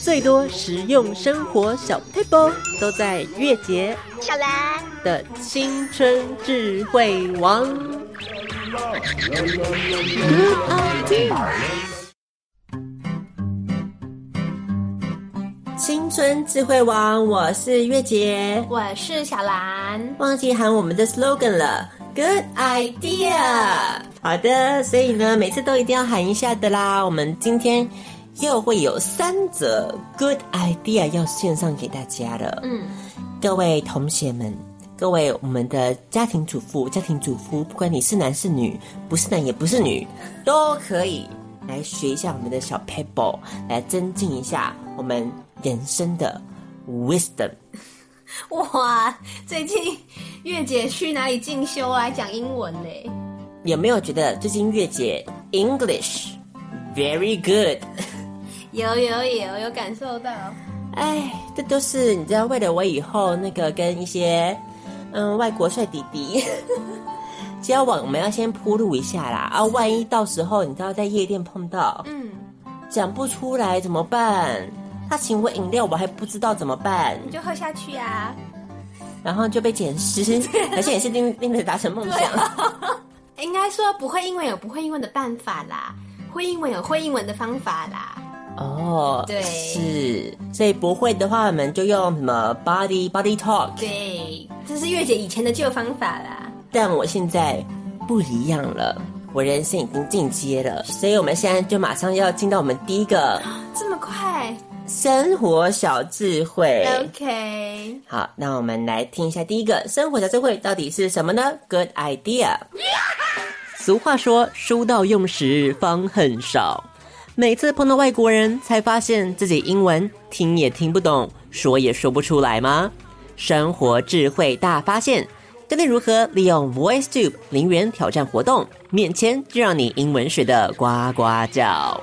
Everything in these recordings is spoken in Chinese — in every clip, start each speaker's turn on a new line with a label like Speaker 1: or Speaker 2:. Speaker 1: 最多实用生活小 paper 都在月节
Speaker 2: 小兰，
Speaker 1: 的青春智慧王。青春智慧王，我是月杰，
Speaker 2: 我是小兰。
Speaker 1: 忘记喊我们的 slogan 了。Good idea！好的，所以呢，每次都一定要喊一下的啦。我们今天又会有三则 good idea 要献上给大家了。
Speaker 2: 嗯，
Speaker 1: 各位同学们，各位我们的家庭主妇、家庭主夫，不管你是男是女，不是男也不是女，都可以来学一下我们的小 pebble，来增进一下我们人生的 wisdom。
Speaker 2: 哇，最近月姐去哪里进修来讲英文呢？
Speaker 1: 有没有觉得最近月姐 English very good？
Speaker 2: 有有有有感受到，
Speaker 1: 哎，这都是你知道，为了我以后那个跟一些嗯外国帅弟弟 交往，我们要先铺路一下啦。啊，万一到时候你知道在夜店碰到，
Speaker 2: 嗯，
Speaker 1: 讲不出来怎么办？他请我饮料，我还不知道怎么办，
Speaker 2: 你就喝下去啊。
Speaker 1: 然后就被捡 尸，而且也是令令人达成梦想。
Speaker 2: 应该说不会英文有不会英文的办法啦，会英文有会英文的方法啦。
Speaker 1: 哦，
Speaker 2: 对
Speaker 1: 是，所以不会的话，我们就用什么 body body talk。
Speaker 2: 对，这是月姐以前的旧方法啦。
Speaker 1: 但我现在不一样了，我人生已经进阶了，所以我们现在就马上要进到我们第一个
Speaker 2: 这么快
Speaker 1: 生活小智慧。
Speaker 2: ？OK，
Speaker 1: 好，那我们来听一下第一个生活小智慧到底是什么呢？Good idea。俗话说，书到用时方恨少。每次碰到外国人，才发现自己英文听也听不懂，说也说不出来吗？生活智慧大发现，教你如何利用 VoiceTube 零元挑战活动，面签就让你英文学的呱呱叫。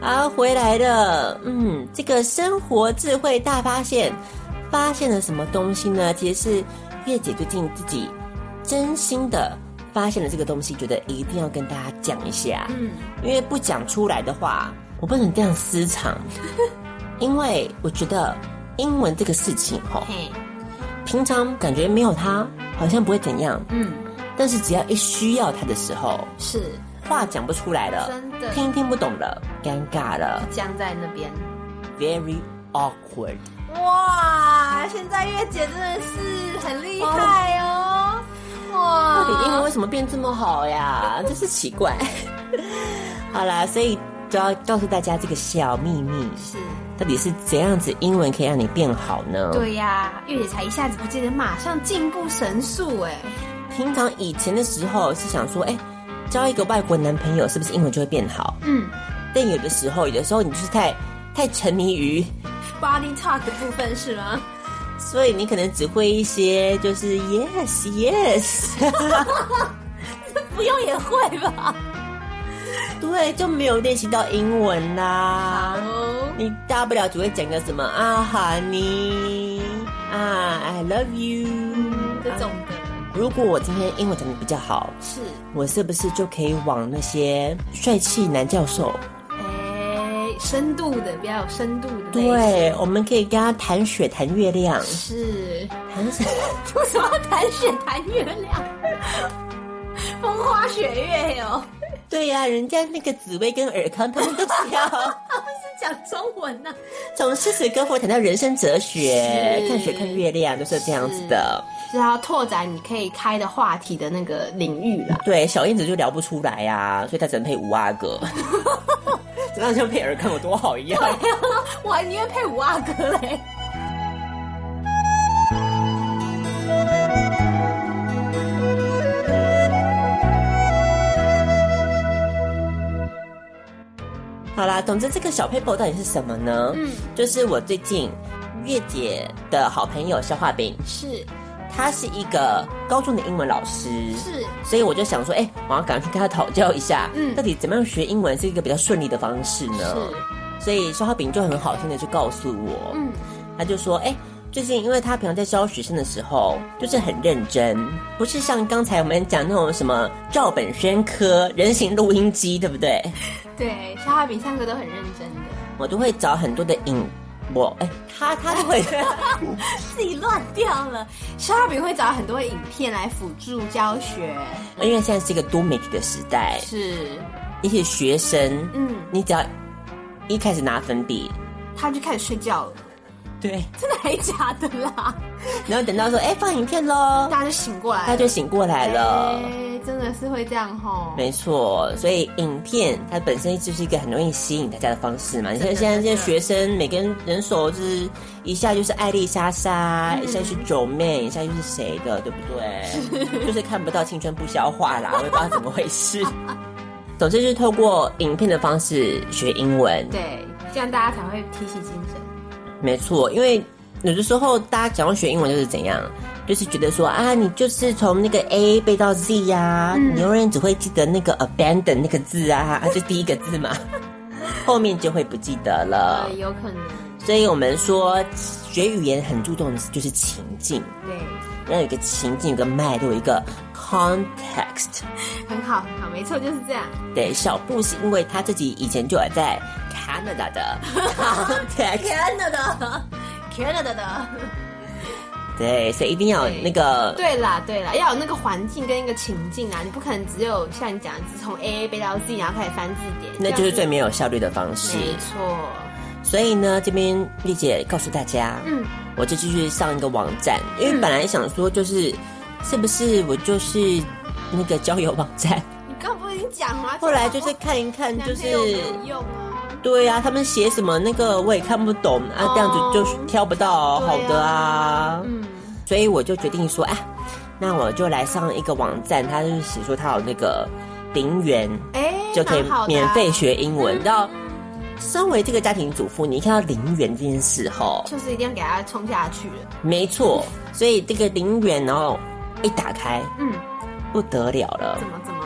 Speaker 1: 啊，回来了。嗯，这个生活智慧大发现，发现了什么东西呢？其实是月姐最近自己真心的发现了这个东西，觉得一定要跟大家讲一下。
Speaker 2: 嗯，
Speaker 1: 因为不讲出来的话，我不能这样私藏。因为我觉得英文这个事情吼，
Speaker 2: 嘿，
Speaker 1: 平常感觉没有它好像不会怎样，
Speaker 2: 嗯，
Speaker 1: 但是只要一需要它的时候，
Speaker 2: 是
Speaker 1: 话讲不出来了，
Speaker 2: 真的
Speaker 1: 听听不懂了，尴尬了。
Speaker 2: 僵在那边。
Speaker 1: very awkward。
Speaker 2: 哇，现在月姐真的是很厉害哦！哇，
Speaker 1: 到底英文为什么变这么好呀？真是奇怪。 好啦，所以就要告诉大家这个小秘密，
Speaker 2: 是？
Speaker 1: 到底是怎样子英文可以让你变好呢？，
Speaker 2: 对呀、月姐才一下子不见得马上进步神速哎！
Speaker 1: 平常以前的时候是想说，哎、交一个外国男朋友是不是英文就会变好？
Speaker 2: 嗯
Speaker 1: 但有的时候，有的时候你就是太太沉迷于，
Speaker 2: ，body talk 的部分是吗？
Speaker 1: 所以你可能只会一些就是 yes yes，
Speaker 2: 不用也会吧？
Speaker 1: 对，就没有练习到英文啦。
Speaker 2: 哦，
Speaker 1: 你大不了只会讲个什么啊，honey，啊，I love you
Speaker 2: 这种
Speaker 1: 啊
Speaker 2: 的，
Speaker 1: 如果我今天英文讲的比较好，
Speaker 2: 是
Speaker 1: 我是不是就可以往那些帅气男教授？
Speaker 2: 哎，深度的比较有深度的，，
Speaker 1: 对，我们可以跟他谈雪谈 月亮，
Speaker 2: 是
Speaker 1: 谈什么？
Speaker 2: 为什么要谈雪谈月亮？ 风花雪月哟、
Speaker 1: 对呀、人家那个紫薇跟尔康他们都是 要
Speaker 2: 是讲中文啊呐、
Speaker 1: 从诗词歌赋谈到人生哲学
Speaker 2: 是，
Speaker 1: 看雪看月亮都是这样子的。
Speaker 2: 是要拓展你可以开的话题的那个领域啦。
Speaker 1: 对，小燕子就聊不出来呀、所以她只能配五 阿哥， 怎么样像配尔康有多好一样？
Speaker 2: 我还宁愿配五阿哥嘞。
Speaker 1: 好啦，总之这个小 paper 到底是什么呢？
Speaker 2: 嗯，
Speaker 1: 就是我最近月姐的好朋友肖化饼，
Speaker 2: 是
Speaker 1: 他是一个高中的英文老师，
Speaker 2: 是，
Speaker 1: 所以我就想说，哎、我要赶快去跟他讨教一下，
Speaker 2: 嗯
Speaker 1: 到底怎么样学英文是一个比较顺利的方式呢？所以肖化饼就很好心的去告诉我，
Speaker 2: 嗯，
Speaker 1: 他就说，哎、最近因为他平常在教学生的时候，就是很认真，不是像刚才我们讲那种什么照本宣科、人形录音机，对不对？
Speaker 2: 对，小画饼上课都很认真的，
Speaker 1: 我都会找很多的影，我哎、他他就会
Speaker 2: 自己乱掉了。小画饼会找很多影片来辅助教学，
Speaker 1: 因为现在是一个多媒体的时代，
Speaker 2: 是，
Speaker 1: 一些学生，
Speaker 2: 嗯
Speaker 1: 你只要一开始拿粉笔，
Speaker 2: 他就开始睡觉了，
Speaker 1: 对，
Speaker 2: 真的还假的啦？
Speaker 1: 然后等到说哎、放影片 喽，
Speaker 2: 大家就醒过来，
Speaker 1: 他就醒过来了。
Speaker 2: 哎真的是会这样吼。
Speaker 1: 没错，所以影片它本身就是一个很容易吸引大家的方式嘛。你看
Speaker 2: 真的
Speaker 1: 现在这些
Speaker 2: 真的
Speaker 1: 学生，每个人人手就是一下就是艾丽莎莎，
Speaker 2: 嗯
Speaker 1: 一下就是九妹，一下就是谁的，对不 对？就是看不到青春不消化啦，我也不知道怎么回事。总之就是透过影片的方式学英文，
Speaker 2: 对，这样大家才会提起精神。
Speaker 1: 没错，因为有的时候大家想要学英文就是怎样，就是觉得说啊，你就是从那个 A 背到 Z 呀、你永远只会记得那个 abandon 那个字啊，就第一个字嘛，后面就会不记得了
Speaker 2: 呃，。有可能，
Speaker 1: 所以我们说学语言很注重的就是情境，
Speaker 2: 对，
Speaker 1: 要有一个情境，有个脉络，有一个 context。
Speaker 2: 很好，很好，没错，就是这样。
Speaker 1: 对，小布是因为他自己以前就有在 Canada 的 context。
Speaker 2: Canada 的的。
Speaker 1: 对，所以一定要有那个
Speaker 2: 对啦，对啦，要有那个环境跟一个情境啊，你不可能只有像你讲，只从 A A 背到 Z，然后开始翻字典，
Speaker 1: 那就是
Speaker 2: 这
Speaker 1: 最
Speaker 2: 样
Speaker 1: 没有效率的方
Speaker 2: 子
Speaker 1: 式。
Speaker 2: 没错。
Speaker 1: 所以呢，这边丽姐告诉大家，
Speaker 2: 嗯，
Speaker 1: 我这次去上一个网站，因为本来想说就是，是不是我就是那个交友网 站？
Speaker 2: 你刚不是已经讲了吗？哦
Speaker 1: 后来就是看一看，
Speaker 2: 男
Speaker 1: 就
Speaker 2: 朋
Speaker 1: 是
Speaker 2: 友没有用啊。
Speaker 1: 对啊，他们写什么那个我也看不懂啊
Speaker 2: 哦，
Speaker 1: 这样子就挑不到
Speaker 2: 对啊
Speaker 1: 好的啊，
Speaker 2: 嗯，
Speaker 1: 所以我就决定说，啊，那我就来上一个网站，它就是写说它有那个零元
Speaker 2: 哎，
Speaker 1: 就可以
Speaker 2: 蛮好的啊
Speaker 1: 免费，学英文，
Speaker 2: 嗯
Speaker 1: 然后。身为这个家庭主妇，你看到零元这件事吼，
Speaker 2: 就是一定要给他冲下去了。
Speaker 1: 没错，所以这个零元然后一打开
Speaker 2: 嗯，
Speaker 1: 不得了了
Speaker 2: 怎，么怎么？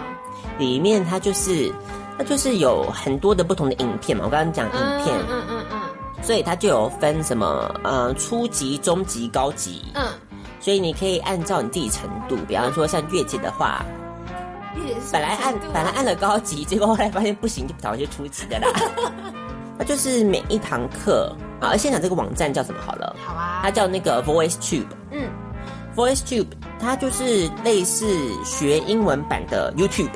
Speaker 1: 里面它就是它就是有很多的不同的影片嘛，我刚刚讲影片，
Speaker 2: 嗯嗯嗯
Speaker 1: 所以它就有分什么呃初级、中级、高级，
Speaker 2: 嗯
Speaker 1: 所以你可以按照你自己程度，比方说像月姐的话，
Speaker 2: 嗯，一点是
Speaker 1: 本来按
Speaker 2: 程度啊
Speaker 1: 本来按了高级，结果后来发现不行，就找一些初级的啦。 它就是每一堂课啊，先讲这个网站叫什么好了，
Speaker 2: 好啊
Speaker 1: 它，叫那个 Voice Tube。
Speaker 2: 嗯，
Speaker 1: Voice Tube 它就是类似学英文版的 YouTube，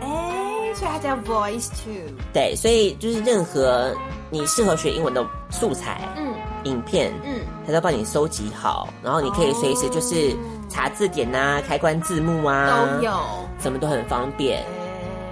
Speaker 2: 哎，所以它叫 Voice Two，
Speaker 1: 对，所以就是任何你适合学英文的素材、
Speaker 2: 嗯
Speaker 1: 影片，
Speaker 2: 嗯，
Speaker 1: 它都帮你收集好，然后你可以随时就是查字典呐、开关字幕啊，
Speaker 2: 哦都有，
Speaker 1: 什么都很方便。
Speaker 2: 哎
Speaker 1: 嗯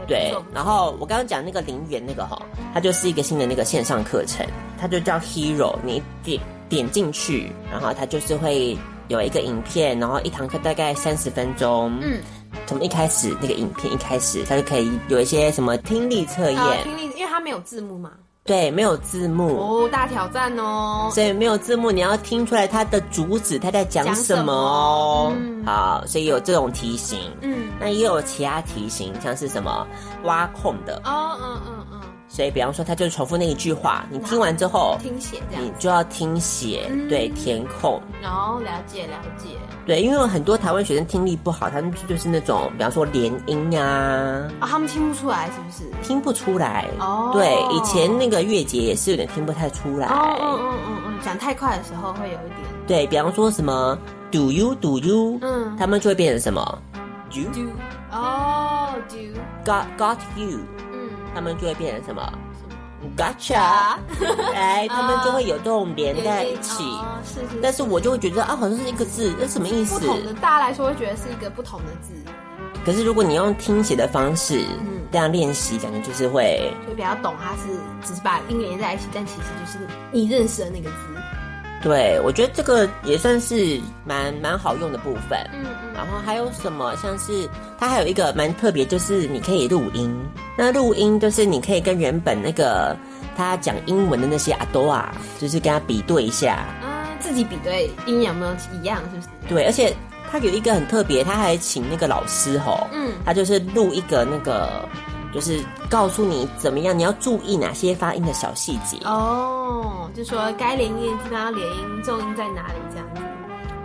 Speaker 1: 对
Speaker 2: 不错不，错
Speaker 1: 然后我刚刚讲那个零元那个哈、它就是一个新的那个线上课程，它就叫 Hero，你点点进去，然后它就是会有一个影片，然后一堂课大概三十分钟，
Speaker 2: 嗯，
Speaker 1: 从一开始那个影片一开始，它就可以有一些什么哦听力测验，
Speaker 2: 呃，听力，因为它没有字幕嘛，
Speaker 1: 对，没有字幕。
Speaker 2: 哦，大挑战哦，
Speaker 1: 所以没有字幕，你要听出来它的主旨，它在讲
Speaker 2: 讲
Speaker 1: 什
Speaker 2: 什
Speaker 1: 么
Speaker 2: 么
Speaker 1: 哦。
Speaker 2: 嗯
Speaker 1: 好，所以有这种题型，
Speaker 2: 嗯，
Speaker 1: 那也有其他题型，像是什么挖空的，
Speaker 2: 哦嗯嗯嗯，
Speaker 1: 所以，比方说，他就重复那一句话，你听完之后，
Speaker 2: 听写这
Speaker 1: 你
Speaker 2: 样，
Speaker 1: 就要听写，
Speaker 2: 嗯
Speaker 1: 对，填空，
Speaker 2: 然后了解了解，
Speaker 1: 对，因为有很多台湾学生听力不好，他们就是那种，比方说连音啊，
Speaker 2: 啊，他们听不出来是不是？
Speaker 1: 听不出来。
Speaker 2: 哦
Speaker 1: 对，以前那个月姐也是有点听不太出来。
Speaker 2: 哦嗯嗯嗯嗯，讲太快的时候会有一点
Speaker 1: 对，比方说什么 do you do you，
Speaker 2: 嗯
Speaker 1: 他们就会变成什么 you
Speaker 2: do，哦 do，
Speaker 1: got got you，
Speaker 2: 嗯，啊
Speaker 1: 他们就会变成什么
Speaker 2: 什么
Speaker 1: gotcha，哎， 他们就会有这种连
Speaker 2: 有
Speaker 1: 在
Speaker 2: 些
Speaker 1: 一起。
Speaker 2: 哦是是是
Speaker 1: 但是我就会觉得啊，好像是一个字，那什么意
Speaker 2: 不
Speaker 1: 思？
Speaker 2: 同的大家来说会觉得是一个不同的字，
Speaker 1: 可是如果你用听写的方式
Speaker 2: 嗯
Speaker 1: 这样练习，感觉就是会
Speaker 2: 就比较懂它是只是把音连在一起，但其实就是你认识的那个字。
Speaker 1: 对我觉得这个也算是蛮蛮好用的部分。
Speaker 2: 嗯嗯
Speaker 1: 然后还有什么？像是它还有一个蛮特别，就是你可以录音。那录音就是你可以跟原本那个他讲英文的那些阿多啊，就是跟他比对一下。
Speaker 2: 嗯，自己比对音有没有一样，是不是？
Speaker 1: 对，而且他有一个很特别，他还请那个老师吼，
Speaker 2: 嗯
Speaker 1: 他就是录一个那个就是告诉你怎么样，你要注意哪些发音的小细节。
Speaker 2: 哦，就说该连音的地方要连音，重音在哪里这样子。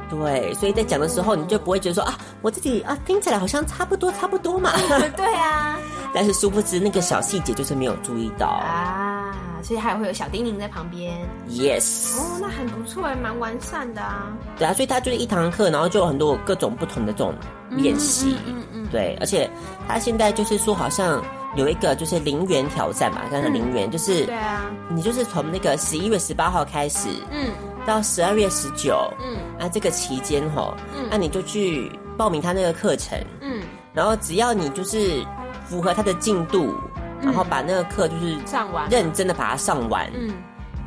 Speaker 1: 对，所以在讲的时候，你就不会觉得说啊，我自己啊听起来好像差不多差不多嘛。
Speaker 2: 对啊，
Speaker 1: 但是殊不知那个小细节就是没有注意到。
Speaker 2: 啊，所以还会有小叮咛在旁边。
Speaker 1: Yes，
Speaker 2: 哦，那很不错，还蛮完善的啊。
Speaker 1: 对啊，所以它就是一堂课，然后就有很多各种不同的这种练习。
Speaker 2: 嗯嗯，
Speaker 1: 对，而且他现在就是说，好像有一个就是零元挑战嘛，刚刚零元就是
Speaker 2: 嗯对啊，
Speaker 1: 你就是从那个十一月十八号开始，
Speaker 2: 嗯
Speaker 1: 到十二月十九，
Speaker 2: 嗯
Speaker 1: 啊，这个期间吼，
Speaker 2: 嗯
Speaker 1: 那、你就去报名他那个课程，
Speaker 2: 嗯，
Speaker 1: 然后只要你就是符合他的进度，
Speaker 2: 嗯
Speaker 1: 然后把那个课就是
Speaker 2: 上完。
Speaker 1: 认真的把它上完，
Speaker 2: 嗯，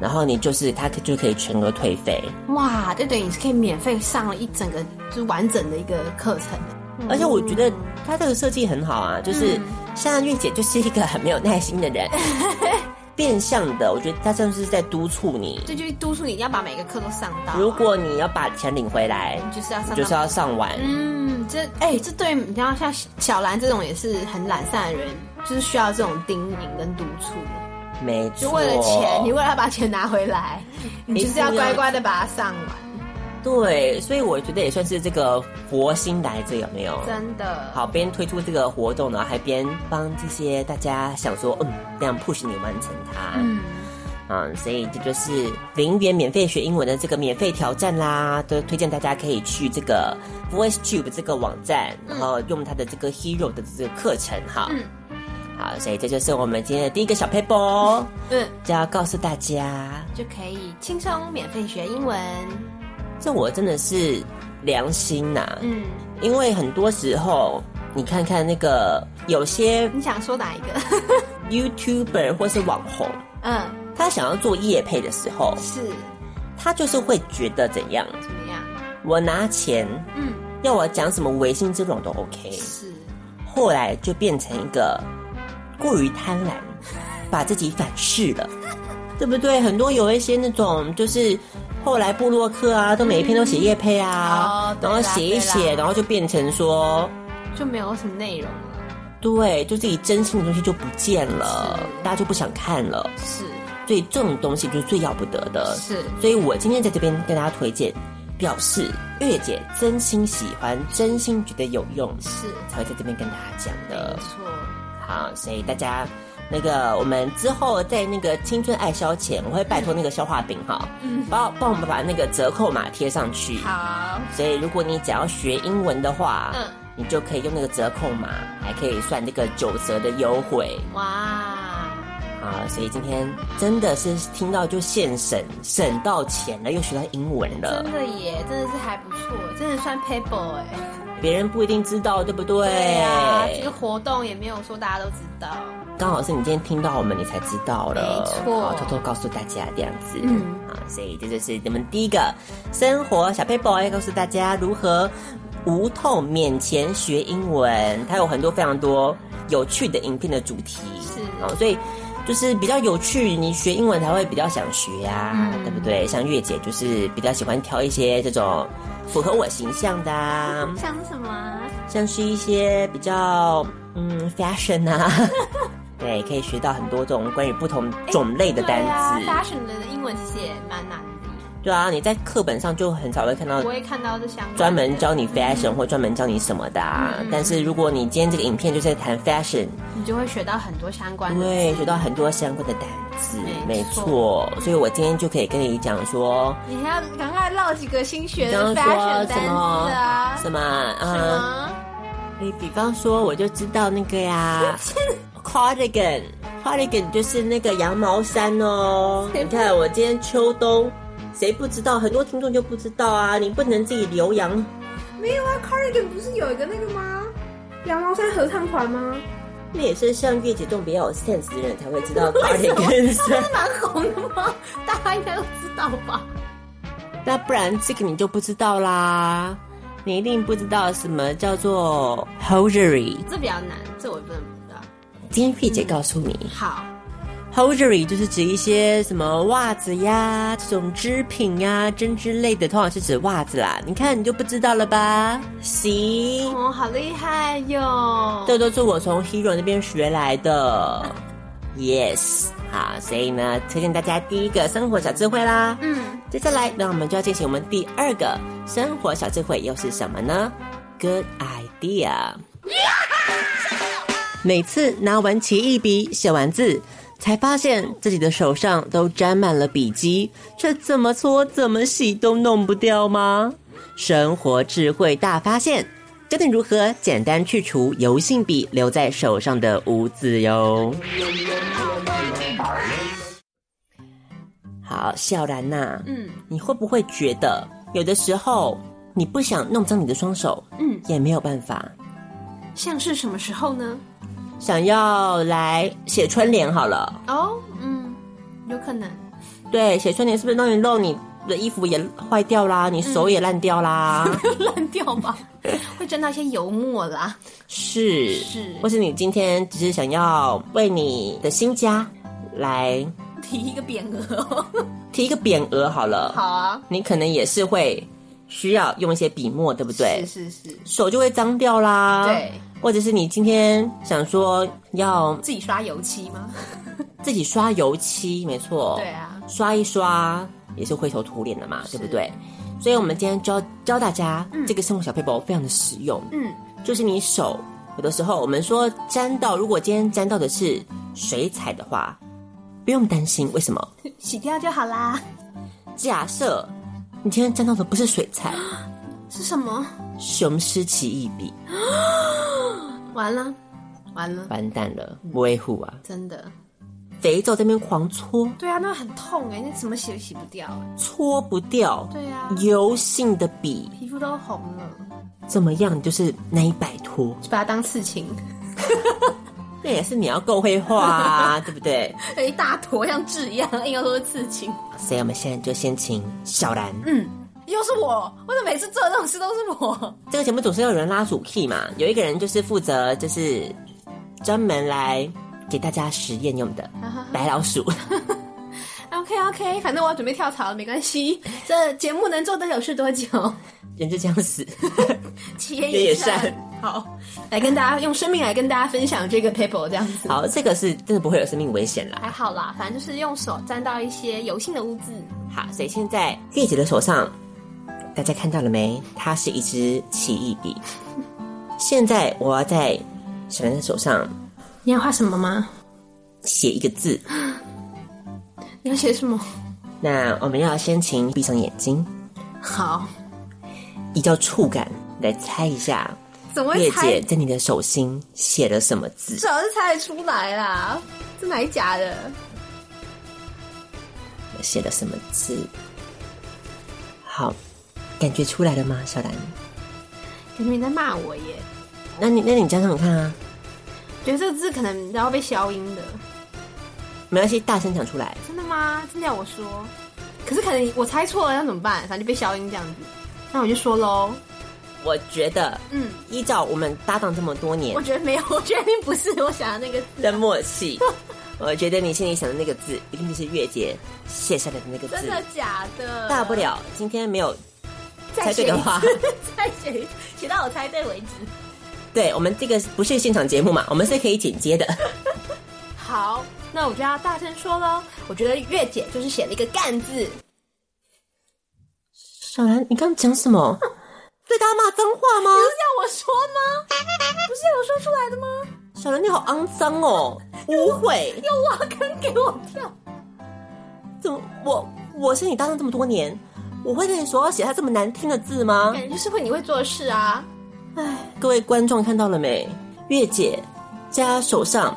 Speaker 1: 然后你就是他可就可以全额退费，
Speaker 2: 哇，这等于是可以免费上了一整个，就是完整的一个课程。
Speaker 1: 而且我觉得他这个设计很好啊，
Speaker 2: 嗯
Speaker 1: 就是像韵姐就是一个很没有耐心的 人，变相的，我觉得他真的是在督促你。
Speaker 2: 这就是督促你要把每个课都上到啊、
Speaker 1: 如果你要把钱领回来，
Speaker 2: 你就是要上
Speaker 1: 你
Speaker 2: 到，
Speaker 1: 就是要上完。
Speaker 2: 嗯，这哎、这对你知道像小兰这种也是很懒散的人，就是需要这种叮咛跟督促。
Speaker 1: 没
Speaker 2: 就
Speaker 1: 错。
Speaker 2: 为了钱，你为了要把钱拿回来，你就是要
Speaker 1: 一定要
Speaker 2: 乖乖的把它上完，
Speaker 1: 对，所以我觉得也算是这个佛心来着，有没有？
Speaker 2: 真的。
Speaker 1: 好，边推出这个活动呢，还边帮这些大家想说，嗯，这样 push 你完成它。
Speaker 2: 嗯，
Speaker 1: 嗯，所以这就是零元免费学英文的这个免费挑战啦，都推荐大家可以去这个 VoiceTube 这个网站，然后用它的这个 Hero 的这个课程哈。
Speaker 2: 嗯
Speaker 1: 好，所以这就是我们今天的第一个小 paper，哦
Speaker 2: 嗯，
Speaker 1: 就要告诉大家，
Speaker 2: 就可以轻松免费学英文。
Speaker 1: 这我真的是良心呐、
Speaker 2: 嗯，
Speaker 1: 因为很多时候你看看那个有些
Speaker 2: 你想说哪一个？
Speaker 1: YouTuber 或是网红，
Speaker 2: 嗯，
Speaker 1: 他想要做业配的时候，
Speaker 2: 是
Speaker 1: 他就是会觉得怎样，
Speaker 2: 怎么样？
Speaker 1: 我拿钱。
Speaker 2: 嗯，
Speaker 1: 要我讲什么违心之种都 OK。
Speaker 2: 是
Speaker 1: 后来就变成一个过于贪婪，把自己反噬了，对不对？很多有一些那种就是后来布洛克啊，都每一篇都写叶配啊，
Speaker 2: 嗯哦对
Speaker 1: 然
Speaker 2: 啦
Speaker 1: 后写一
Speaker 2: 对
Speaker 1: 写，
Speaker 2: 啦
Speaker 1: 然后就变成说。
Speaker 2: 就没有什么内容了。
Speaker 1: 对，就自己真心的东西就不见了
Speaker 2: 是，
Speaker 1: 大家就不想看了，
Speaker 2: 是
Speaker 1: 所以这种东西就是最要不得的。
Speaker 2: 是，
Speaker 1: 所以我今天在这边跟大家推荐，表示月姐真心喜欢，真心觉得有用，
Speaker 2: 是，
Speaker 1: 才会在这边跟大家讲
Speaker 2: 没
Speaker 1: 的。
Speaker 2: 错。
Speaker 1: 好，所以大家那个我们之后在那个青春爱消遣，我会拜托那个消化饼哈，帮帮我们把那个折扣码贴上去。
Speaker 2: 好，
Speaker 1: 所以如果你只要学英文的话，
Speaker 2: 嗯
Speaker 1: 你就可以用那个折扣码，还可以算这个九折的优惠。
Speaker 2: 哇，
Speaker 1: 好，所以今天真的是听到就现省，省到钱了，又学到英文了
Speaker 2: 真。的耶，真的是还不错，真的算 paper 哎。
Speaker 1: 别人不一定知道，对不对？
Speaker 2: 对呀，这个活动也没有说大家都知道。
Speaker 1: 刚好是你今天听到我们，你才知道了，
Speaker 2: 没错
Speaker 1: 好偷偷告诉大家这样子，
Speaker 2: 嗯，
Speaker 1: 好，所以这就是你们第一个生活小 paper 要告诉大家如何无痛免钱学英文，它有很多非常多有趣的影片的主题，
Speaker 2: 是
Speaker 1: 哦，所以。就是比较有趣，你学英文才会比较想学啊，
Speaker 2: 嗯
Speaker 1: 对不对？像月姐就是比较喜欢挑一些这种符合我形象的、啊，
Speaker 2: 像是什么啊？
Speaker 1: 像是一些比较嗯 fashion 啊， 对，可以学到很多种关于不同种类的单
Speaker 2: 哎对
Speaker 1: 词。
Speaker 2: 啊，fashion 的英文其实也蛮难的，
Speaker 1: 对啊，你在课本上就很少会看到
Speaker 2: 不会看到这相关的
Speaker 1: 专门教你 fashion 或专门教你什么的、啊。
Speaker 2: 嗯
Speaker 1: 但是如果你今天这个影片就是在谈 fashion，
Speaker 2: 你就会学到很多相关的字。
Speaker 1: 对，学到很多相关的单词，
Speaker 2: 没
Speaker 1: 没
Speaker 2: 错
Speaker 1: 错。所以我今天就可以跟你讲说，
Speaker 2: 你还要赶快唠几个新学
Speaker 1: 比
Speaker 2: 的
Speaker 1: 方
Speaker 2: fashion
Speaker 1: 说
Speaker 2: 单
Speaker 1: 什
Speaker 2: 词
Speaker 1: 么
Speaker 2: 啊？
Speaker 1: 什么
Speaker 2: 什
Speaker 1: 啊，
Speaker 2: 么？
Speaker 1: 你比方说我就知道那 个呀。cardigan。cardigan 就是那个羊毛衫哦。
Speaker 2: 谁
Speaker 1: 你
Speaker 2: 不
Speaker 1: 看我今天秋冬，谁不知道？很多听众就不知道啊。你不能自己留洋，
Speaker 3: 没有啊，Cardigan 不是有一个那个吗？羊毛衫合唱团吗？
Speaker 1: 那也是像月姐这种比较有 sense 的人才会 知道 cardigan 衫。
Speaker 2: 蛮红的吗？大家应该都知道吧？
Speaker 1: 那不然这个你就不知道啦。你一定不知道什么叫做 hosiery。
Speaker 2: 这比较难，这我真的不知道。
Speaker 1: 今天月姐告诉你
Speaker 2: 好，
Speaker 1: Hosiery 就是指一些什么袜子呀、这种织品呀、针织类的，通常是指袜子啦。你看你就不知道了吧？行，
Speaker 2: 哦，好厉害哟！
Speaker 1: 这都是我从 Hero 那边学来的。Yes，好，所以呢，推荐大家第一个生活小智慧啦。
Speaker 2: 嗯，
Speaker 1: 接下来，那我们就要进行我们第二个生活小智慧，又是什么呢？Good idea。每次拿完奇异笔写完字，才发现自己的手上都沾满了笔迹，这怎么搓怎么洗都弄不掉吗？生活智慧大发现，教你如何简单去除油性笔留在手上的污渍哟。好，小然呐、
Speaker 2: 嗯，
Speaker 1: 你会不会觉得有的时候你不想弄脏你的双手，
Speaker 2: 嗯，
Speaker 1: 也没有办法，
Speaker 2: 像是什么时候呢？
Speaker 1: 想要来写春联好了，
Speaker 2: 哦，嗯，有可能。
Speaker 1: 对，写春联是不是弄一弄你的衣服也坏掉啦，你手也烂掉啦，
Speaker 2: 烂掉吧，会沾到一些油墨啦。
Speaker 1: 是
Speaker 2: 是
Speaker 1: 或是你今天只是想要为你的新家来
Speaker 2: 提一个匾额，
Speaker 1: 贴一个匾额好了，
Speaker 2: 好啊，
Speaker 1: 你可能也是会需要用一些笔墨，对不对？
Speaker 2: 是是是，
Speaker 1: 手就会脏掉啦，
Speaker 2: 对，
Speaker 1: 或者是你今天想说要
Speaker 2: 自己刷油漆吗？
Speaker 1: 自己刷油漆，没错，
Speaker 2: 对啊
Speaker 1: 刷一刷也是灰头土脸的嘛，对不对？所以我们今天教教大家、这个生活小配包非常的实用，
Speaker 2: 嗯，
Speaker 1: 就是你手有的时候我们说沾到，如果今天沾到的是水彩的话，不用担心，为什么？
Speaker 2: 洗掉就好啦。
Speaker 1: 假设你今天沾到的不是水彩，
Speaker 2: 是什么？
Speaker 1: 雄狮奇异笔，
Speaker 2: 完了，完了，
Speaker 1: 完蛋了，不会护啊，
Speaker 2: 真的。
Speaker 1: 肥皂在那边狂搓，
Speaker 2: 对啊，那很痛哎、那怎么洗都洗不掉、欸。
Speaker 1: 搓不掉，
Speaker 2: 对啊
Speaker 1: 油性的笔
Speaker 2: 皮肤都红了，
Speaker 1: 怎么样？你就是难以摆脱。
Speaker 2: 就把它当刺青，
Speaker 1: 那也是你要够会画啊，对不对？
Speaker 2: 一大坨像痣一样，硬要说是刺青。
Speaker 1: 所以我们现在就先请小兰。
Speaker 2: 又是我，为什么每次做这种事都是我？
Speaker 1: 这个节目总是要有人拉主 key 嘛，有一个人就是负责就是专门来给大家实验用的白老鼠。
Speaker 2: OK OK，反正我要准备跳槽了，没关 系。这节目能做多久是多久，
Speaker 1: 人就这样死，
Speaker 2: 其言
Speaker 1: 也
Speaker 2: 善
Speaker 1: 善。
Speaker 2: 好，来跟大家用生命来跟大家分享这个 paper 这样子。
Speaker 1: 好，这个是真的不会有生命危险啦。
Speaker 2: 还好啦，反正就是用手沾到一些油性的污渍。
Speaker 1: 好，所以现在叶姐的手上，大家看到了没？它是一支奇异笔。现在我要在小兰的手上
Speaker 2: 你要画什么吗？
Speaker 1: 写一个字，
Speaker 2: 你要写什么？
Speaker 1: 那我们要先请闭上眼睛，
Speaker 2: 好，
Speaker 1: 依照触感来猜一下，
Speaker 2: 怎么
Speaker 1: 叶
Speaker 2: 会猜
Speaker 1: 姐？在你的手心写了什么字？
Speaker 2: 最好是猜得出来啦，这哪一假的？
Speaker 1: 写了什么字？好，感觉出来了吗，小兰？
Speaker 2: 感觉你在骂我耶，
Speaker 1: 那你那你讲讲看啊，
Speaker 2: 觉得这个字可能然后被消音的，
Speaker 1: 没关系，大声讲出来。
Speaker 2: 真的吗？真的要我说？可是可能我猜错了，要怎么办？反正就被消音这样子，那我就说喽。
Speaker 1: 我觉得，
Speaker 2: 嗯，
Speaker 1: 依照我们搭档这么多年
Speaker 2: 我觉得没有， 我确定不是我想的那个字，
Speaker 1: 的默契， 我觉得你心里想的那个字，一定就是月姐写下来的那个
Speaker 2: 真
Speaker 1: 字
Speaker 2: 的。假的？
Speaker 1: 大不了今天没有
Speaker 2: 再
Speaker 1: 猜
Speaker 2: 写
Speaker 1: 对
Speaker 2: 一
Speaker 1: 的
Speaker 2: 次
Speaker 1: 话，
Speaker 2: 再写一次，写到我猜对为止。
Speaker 1: 对我们这个不是现场节目嘛，我们是可以剪接的。
Speaker 2: 好，那我就要大声说喽。我觉得月姐就是写了一个“干”字，
Speaker 1: 小兰，你刚讲什么？啊对大家骂脏话吗？
Speaker 2: 是要我说吗？不是有说出来的吗？
Speaker 1: 小兰，你好肮脏哦！污秽，
Speaker 2: 又挖坑给我跳。
Speaker 1: 怎么我我是你搭档这么多年，我会跟你说要写下这么难听的字吗
Speaker 2: 感？觉就是会你会做事啊。
Speaker 1: 各位观众看到了没？月姐加手上，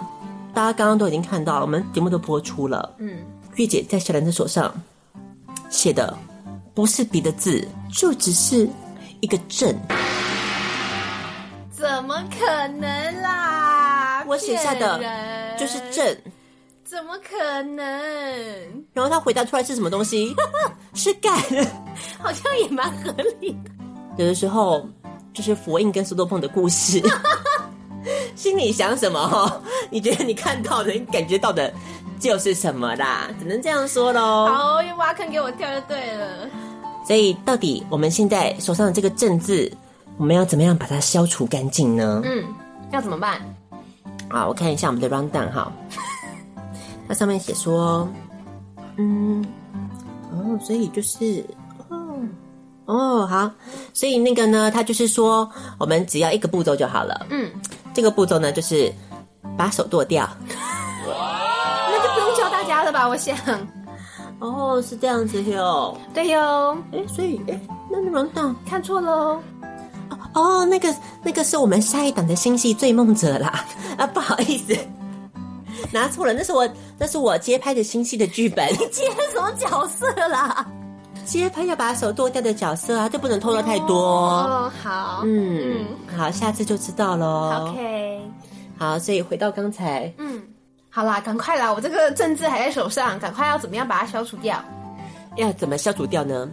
Speaker 1: 大家刚刚都已经看到了，我们节目都播出了。
Speaker 2: 嗯，
Speaker 1: 月姐在小兰的手上写的不是别的字，就只是一个正。
Speaker 2: 怎么可能啦？
Speaker 1: 我写下的
Speaker 2: 骗人
Speaker 1: 就是，正，
Speaker 2: 怎么可能？
Speaker 1: 然后他回答出来是什么东西？ 是干。
Speaker 2: 好像也蛮合理的。
Speaker 1: 有的时候就是佛印跟苏多碰的故事， 心里想什么，你觉得你看到的、你感觉到的，就是什么啦，只能这样说喽。
Speaker 2: 好，又挖坑给我跳就对了。
Speaker 1: 所以到底我们现在手上的这个正字，我们要怎么样把它消除干净呢？
Speaker 2: 嗯，要怎么办？
Speaker 1: 啊，我看一下我们的 rundown 哈， 它上面写说，嗯，哦，所以就是，哦，哦，好，所以那个呢，它就是说，我们只要一个步骤就好了。
Speaker 2: 嗯，
Speaker 1: 这个步骤呢，就是把手剁掉。
Speaker 2: 那就不用教大家了吧？我想，
Speaker 1: 哦，是这样子哟。
Speaker 2: 对哟，
Speaker 1: 哎，所以哎，那个 rundown，
Speaker 2: 看错喽。
Speaker 1: 哦，那个那个是我们下一档的星系追梦者啦。 啊，不好意思。 拿错了，那是我那是我接拍的星系的剧本。
Speaker 2: 今天什么角色啦？
Speaker 1: 接拍要把手剁掉的角色啊，这不能透露太多。
Speaker 2: 哦，好
Speaker 1: 嗯，好，下次就知道
Speaker 2: 哦
Speaker 1: 喽。
Speaker 2: ，OK，
Speaker 1: 好，所以回到刚才，
Speaker 2: 嗯，好啦，赶快啦，我这个政治还在手上，赶快要怎么样把它消除掉？
Speaker 1: 要怎么消除掉呢？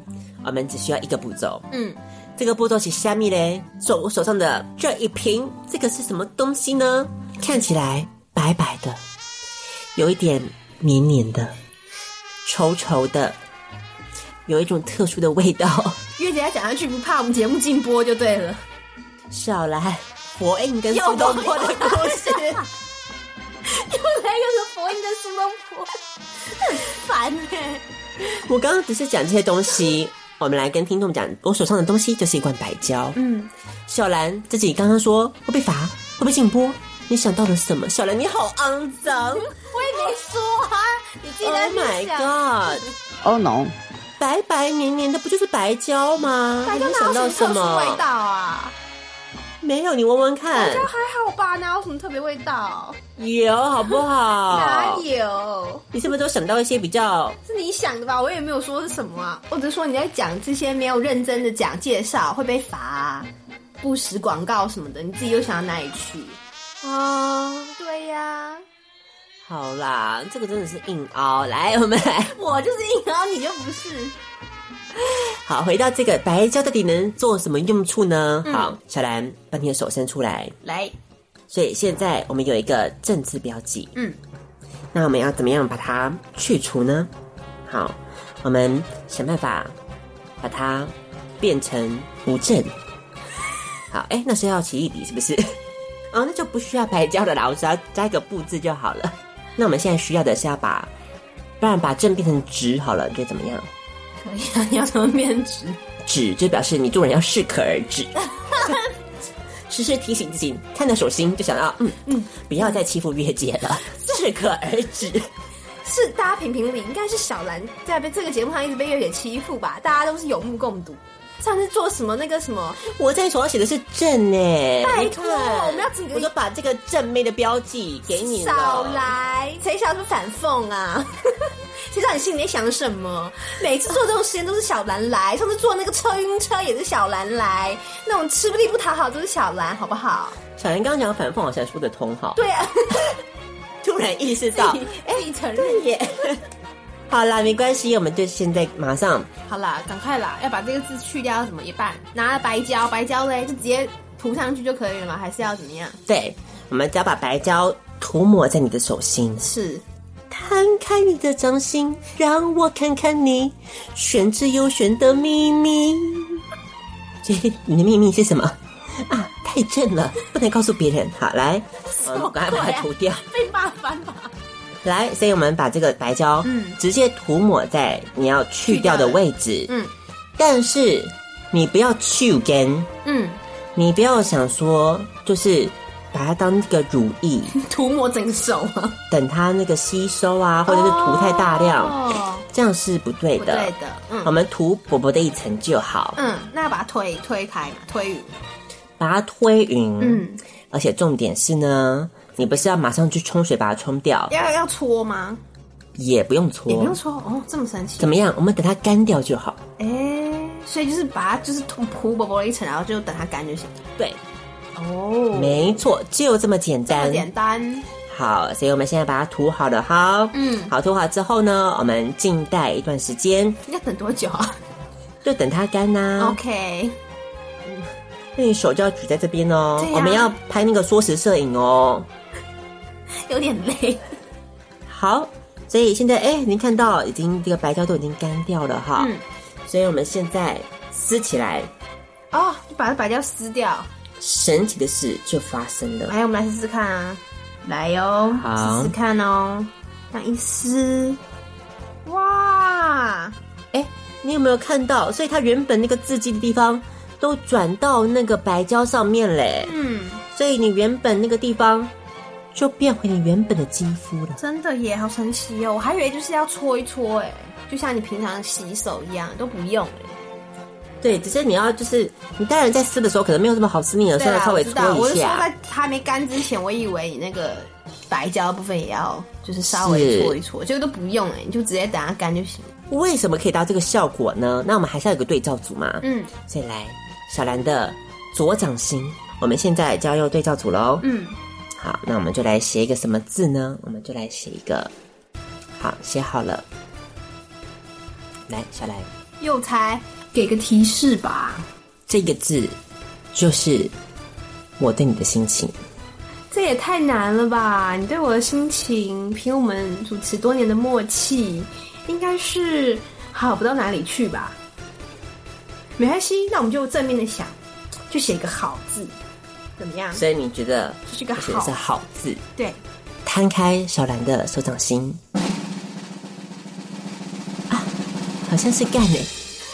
Speaker 1: 我们只需要一个步骤，
Speaker 2: 嗯，
Speaker 1: 这个步骤是虾米嘞？手我手上的这一瓶，这个是什么东西呢？看起来白白的，有一点黏黏的，稠稠的，有一种特殊的味道。
Speaker 2: 月姐再讲下去不怕我们节目禁播就对了。
Speaker 1: 少来，佛印跟苏东坡的故事。
Speaker 2: 又来一个是佛印跟苏东坡，很烦哎、
Speaker 1: 我刚刚只是讲这些东西，我们来跟听众讲，我手上的东西就是一罐白胶。
Speaker 2: 嗯，
Speaker 1: 小兰自己刚刚说会被罚，会被禁播，你想到了什么？小兰，你好肮脏
Speaker 2: 我也没说啊，你自己
Speaker 1: ！Oh
Speaker 2: 在那
Speaker 1: my
Speaker 2: 边想。
Speaker 1: god！
Speaker 4: Oh no！
Speaker 1: 白白黏黏的不就是白胶吗？
Speaker 2: 大家
Speaker 1: 你
Speaker 2: 哪
Speaker 1: 想
Speaker 2: 有
Speaker 1: 到
Speaker 2: 什
Speaker 1: 什
Speaker 2: 么特殊味道
Speaker 1: 么？
Speaker 2: 啊？
Speaker 1: 没有，你闻闻看
Speaker 2: 就，还好吧，哪有什么特别味道？啊
Speaker 1: 有好不
Speaker 2: 哪
Speaker 1: 好？
Speaker 2: 有？
Speaker 1: 你是不是都想到一些比较？
Speaker 2: 是你想的吧？我也没有说是什么啊，我只是说你在讲这些没有认真的讲介绍会被罚、啊，不实广告什么的，你自己又想到哪里去？哦，对呀、
Speaker 1: 好啦，这个真的是硬凹。来，我们来，
Speaker 2: 我就是硬凹，你就不是。
Speaker 1: 好，回到这个白胶到底能做什么用处呢？
Speaker 2: 嗯
Speaker 1: 好，小兰把你的手伸出来。
Speaker 2: 来，
Speaker 1: 所以现在我们有一个正字标记，
Speaker 2: 嗯，
Speaker 1: 那我们要怎么样把它去除呢？好，我们想办法把它变成无正。好，哎、那是要起一笔是不 是？哦，那就不需要白胶了啦，我只要加一个布字就好了。那我们现在需要的是要把，不然把正变成直好了，你觉得怎么样？
Speaker 2: 可以啊，你要怎么变直？
Speaker 1: 止就表示你做人要适可而止， 时时提醒自己，看到手心就想到，嗯嗯，不要再欺负月姐了，适可而止。
Speaker 2: 是大家评评理，应该是小兰在被这个节目上一直被月姐欺负吧？大家都是有目共睹。上次做什么那个什么，
Speaker 1: 我在手上写的是正哎，
Speaker 2: 拜托
Speaker 1: 你看
Speaker 2: 我们要整个
Speaker 1: 我都把这个正妹的标记给你了。
Speaker 2: 少来，谁想是反讽啊？ 谁知道你心里面想的什么？每次做这种实验都是小兰来，上次做那个车晕车也是小兰来，那种吃力不讨好都是小兰，好不好？
Speaker 1: 小兰刚刚讲反讽，好像说得通哈。
Speaker 2: 对啊，
Speaker 1: 突然意识 到，
Speaker 2: 哎，你承
Speaker 1: 对
Speaker 2: 认？
Speaker 1: 耶。 好啦，没关系，我们就现在马上
Speaker 2: 好啦，赶快啦，要把这个字去掉，要怎么一半？拿白胶，白胶嘞，就直接涂上去就可以了嘛？还是要怎么样？
Speaker 1: 对，我们只要把白胶涂抹在你的手心。
Speaker 2: 是，
Speaker 1: 摊开你的掌心，让我看看你玄之又玄的秘密。 这你的秘密是什么啊？太正了，不能告诉别人。好， 来，我
Speaker 2: 呃
Speaker 1: 们
Speaker 2: 啊
Speaker 1: 赶快把它涂掉。
Speaker 2: 被骂翻吧？
Speaker 1: 来，所以我们把这个白胶，
Speaker 2: 嗯
Speaker 1: 直接涂抹在你要去掉的位置。
Speaker 2: 嗯
Speaker 1: 但是你不要去跟，
Speaker 2: 嗯，
Speaker 1: 你不要想说就是把它当一个乳 液，
Speaker 2: 涂抹整个手啊，
Speaker 1: 等它那个吸收啊，或者是涂太大量。
Speaker 2: 哦，
Speaker 1: 这样是不对
Speaker 2: 不
Speaker 1: 的。
Speaker 2: 对的，嗯
Speaker 1: 我。们涂薄薄的一层就好，
Speaker 2: 嗯，那把它推推开嘛，推匀。
Speaker 1: 把它推匀。
Speaker 2: 嗯，
Speaker 1: 而且重点是呢，你不是要马上去冲水把它冲掉，
Speaker 2: 要要搓吗？
Speaker 1: 也不用搓，
Speaker 2: 也不用搓哦，这么神奇。
Speaker 1: 怎么样？我们等它干掉就好。
Speaker 2: 哎、所以就是把它就是涂涂薄薄的一层，然后就等它干就行。
Speaker 1: 对，
Speaker 2: 哦，
Speaker 1: 没错，就这么简
Speaker 2: 这么
Speaker 1: 单。
Speaker 2: 简单。
Speaker 1: 好，所以我们现在把它涂好了哈。
Speaker 2: 嗯
Speaker 1: 好，涂好之后呢，我们静待一段时间，
Speaker 2: 要等多久啊、
Speaker 1: 就等它干呐、
Speaker 2: OK，
Speaker 1: 那你手就要举在这边哦。
Speaker 2: 对呀
Speaker 1: 我们要拍那个缩时摄影哦。
Speaker 2: 有点累。
Speaker 1: 好，所以现在哎，您看到已经这个白胶都已经干掉了哈，
Speaker 2: 嗯
Speaker 1: 所以我们现在撕起来，
Speaker 2: 哦，就把它白胶撕掉。
Speaker 1: 神奇的事就发生了。
Speaker 2: 来，我们来试试看啊，来哟、
Speaker 1: 好
Speaker 2: 试试看哦。这样一撕，哇，
Speaker 1: 哎，你有没有看到？所以它原本那个字迹的地方都转到那个白胶上面嘞，
Speaker 2: 嗯，
Speaker 1: 所以你原本那个地方就变回你原本的肌肤了。
Speaker 2: 真的耶，好神奇哦！我还以为就是要搓一搓，哎，就像你平常洗手一样，都不用哎。
Speaker 1: 对，只是你要就是你当然在撕的时候可能没有这么好撕，你有时
Speaker 2: 对
Speaker 1: 候
Speaker 2: 啊，
Speaker 1: 稍微
Speaker 2: 我
Speaker 1: 搓
Speaker 2: 知道，我
Speaker 1: 一
Speaker 2: 是说
Speaker 1: 下。
Speaker 2: 在还没干之前，我以为你那个白胶的部分也要就是稍微
Speaker 1: 是
Speaker 2: 搓一搓，结果都不用哎，你就直接等它干就行了。
Speaker 1: 为什么可以达到这个效果呢？那我们还是要有个对照组嘛。
Speaker 2: 嗯
Speaker 1: 所以来小兰的左掌心，我们现在就要用对照组喽。
Speaker 2: 嗯，
Speaker 1: 好，那我们就来写一个什么字呢？我们就来写一个，好，写好了。来，小兰，
Speaker 2: 又猜，给个提示吧。
Speaker 1: 这个字就是我对你的心情。
Speaker 2: 这也太难了吧！你对我的心情，凭我们主持多年的默契，应该是好不到哪里去吧。没关系，那我们就正面的想，就写一个好字，怎么样？
Speaker 1: 所以你觉得
Speaker 2: 这是个好
Speaker 1: 我觉得是好字。
Speaker 2: 对，
Speaker 1: 摊开小兰的手掌心，啊，好像是干欸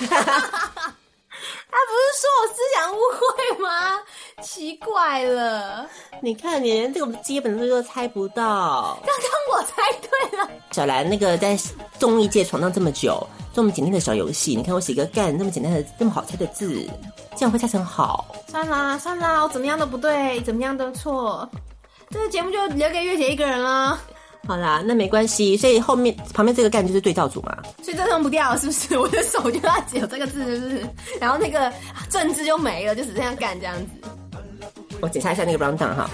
Speaker 1: 诶、
Speaker 2: 他不是说我思想误会吗？奇怪了，
Speaker 1: 你看，你连这个基本的都猜不到。
Speaker 2: 刚刚我猜对了。
Speaker 1: 小兰那个在综艺界闯荡这么久，做我们简单的小游戏，你看我写一个“干”这么简单的、这么好猜的字，这样会猜成好。
Speaker 2: 算啦算啦，我怎么样都不对，怎么样都错，这个节目就留给月姐一个人了。
Speaker 1: 好啦，那没关系，所以后面旁边这个“干”就是对照组嘛。
Speaker 2: 所以这弄不掉了，是不是？ 我的手就要只有这个字，是不是？然后那个政治就没了，就只剩下干这样子。
Speaker 1: 我检查一下那个 round down 哈。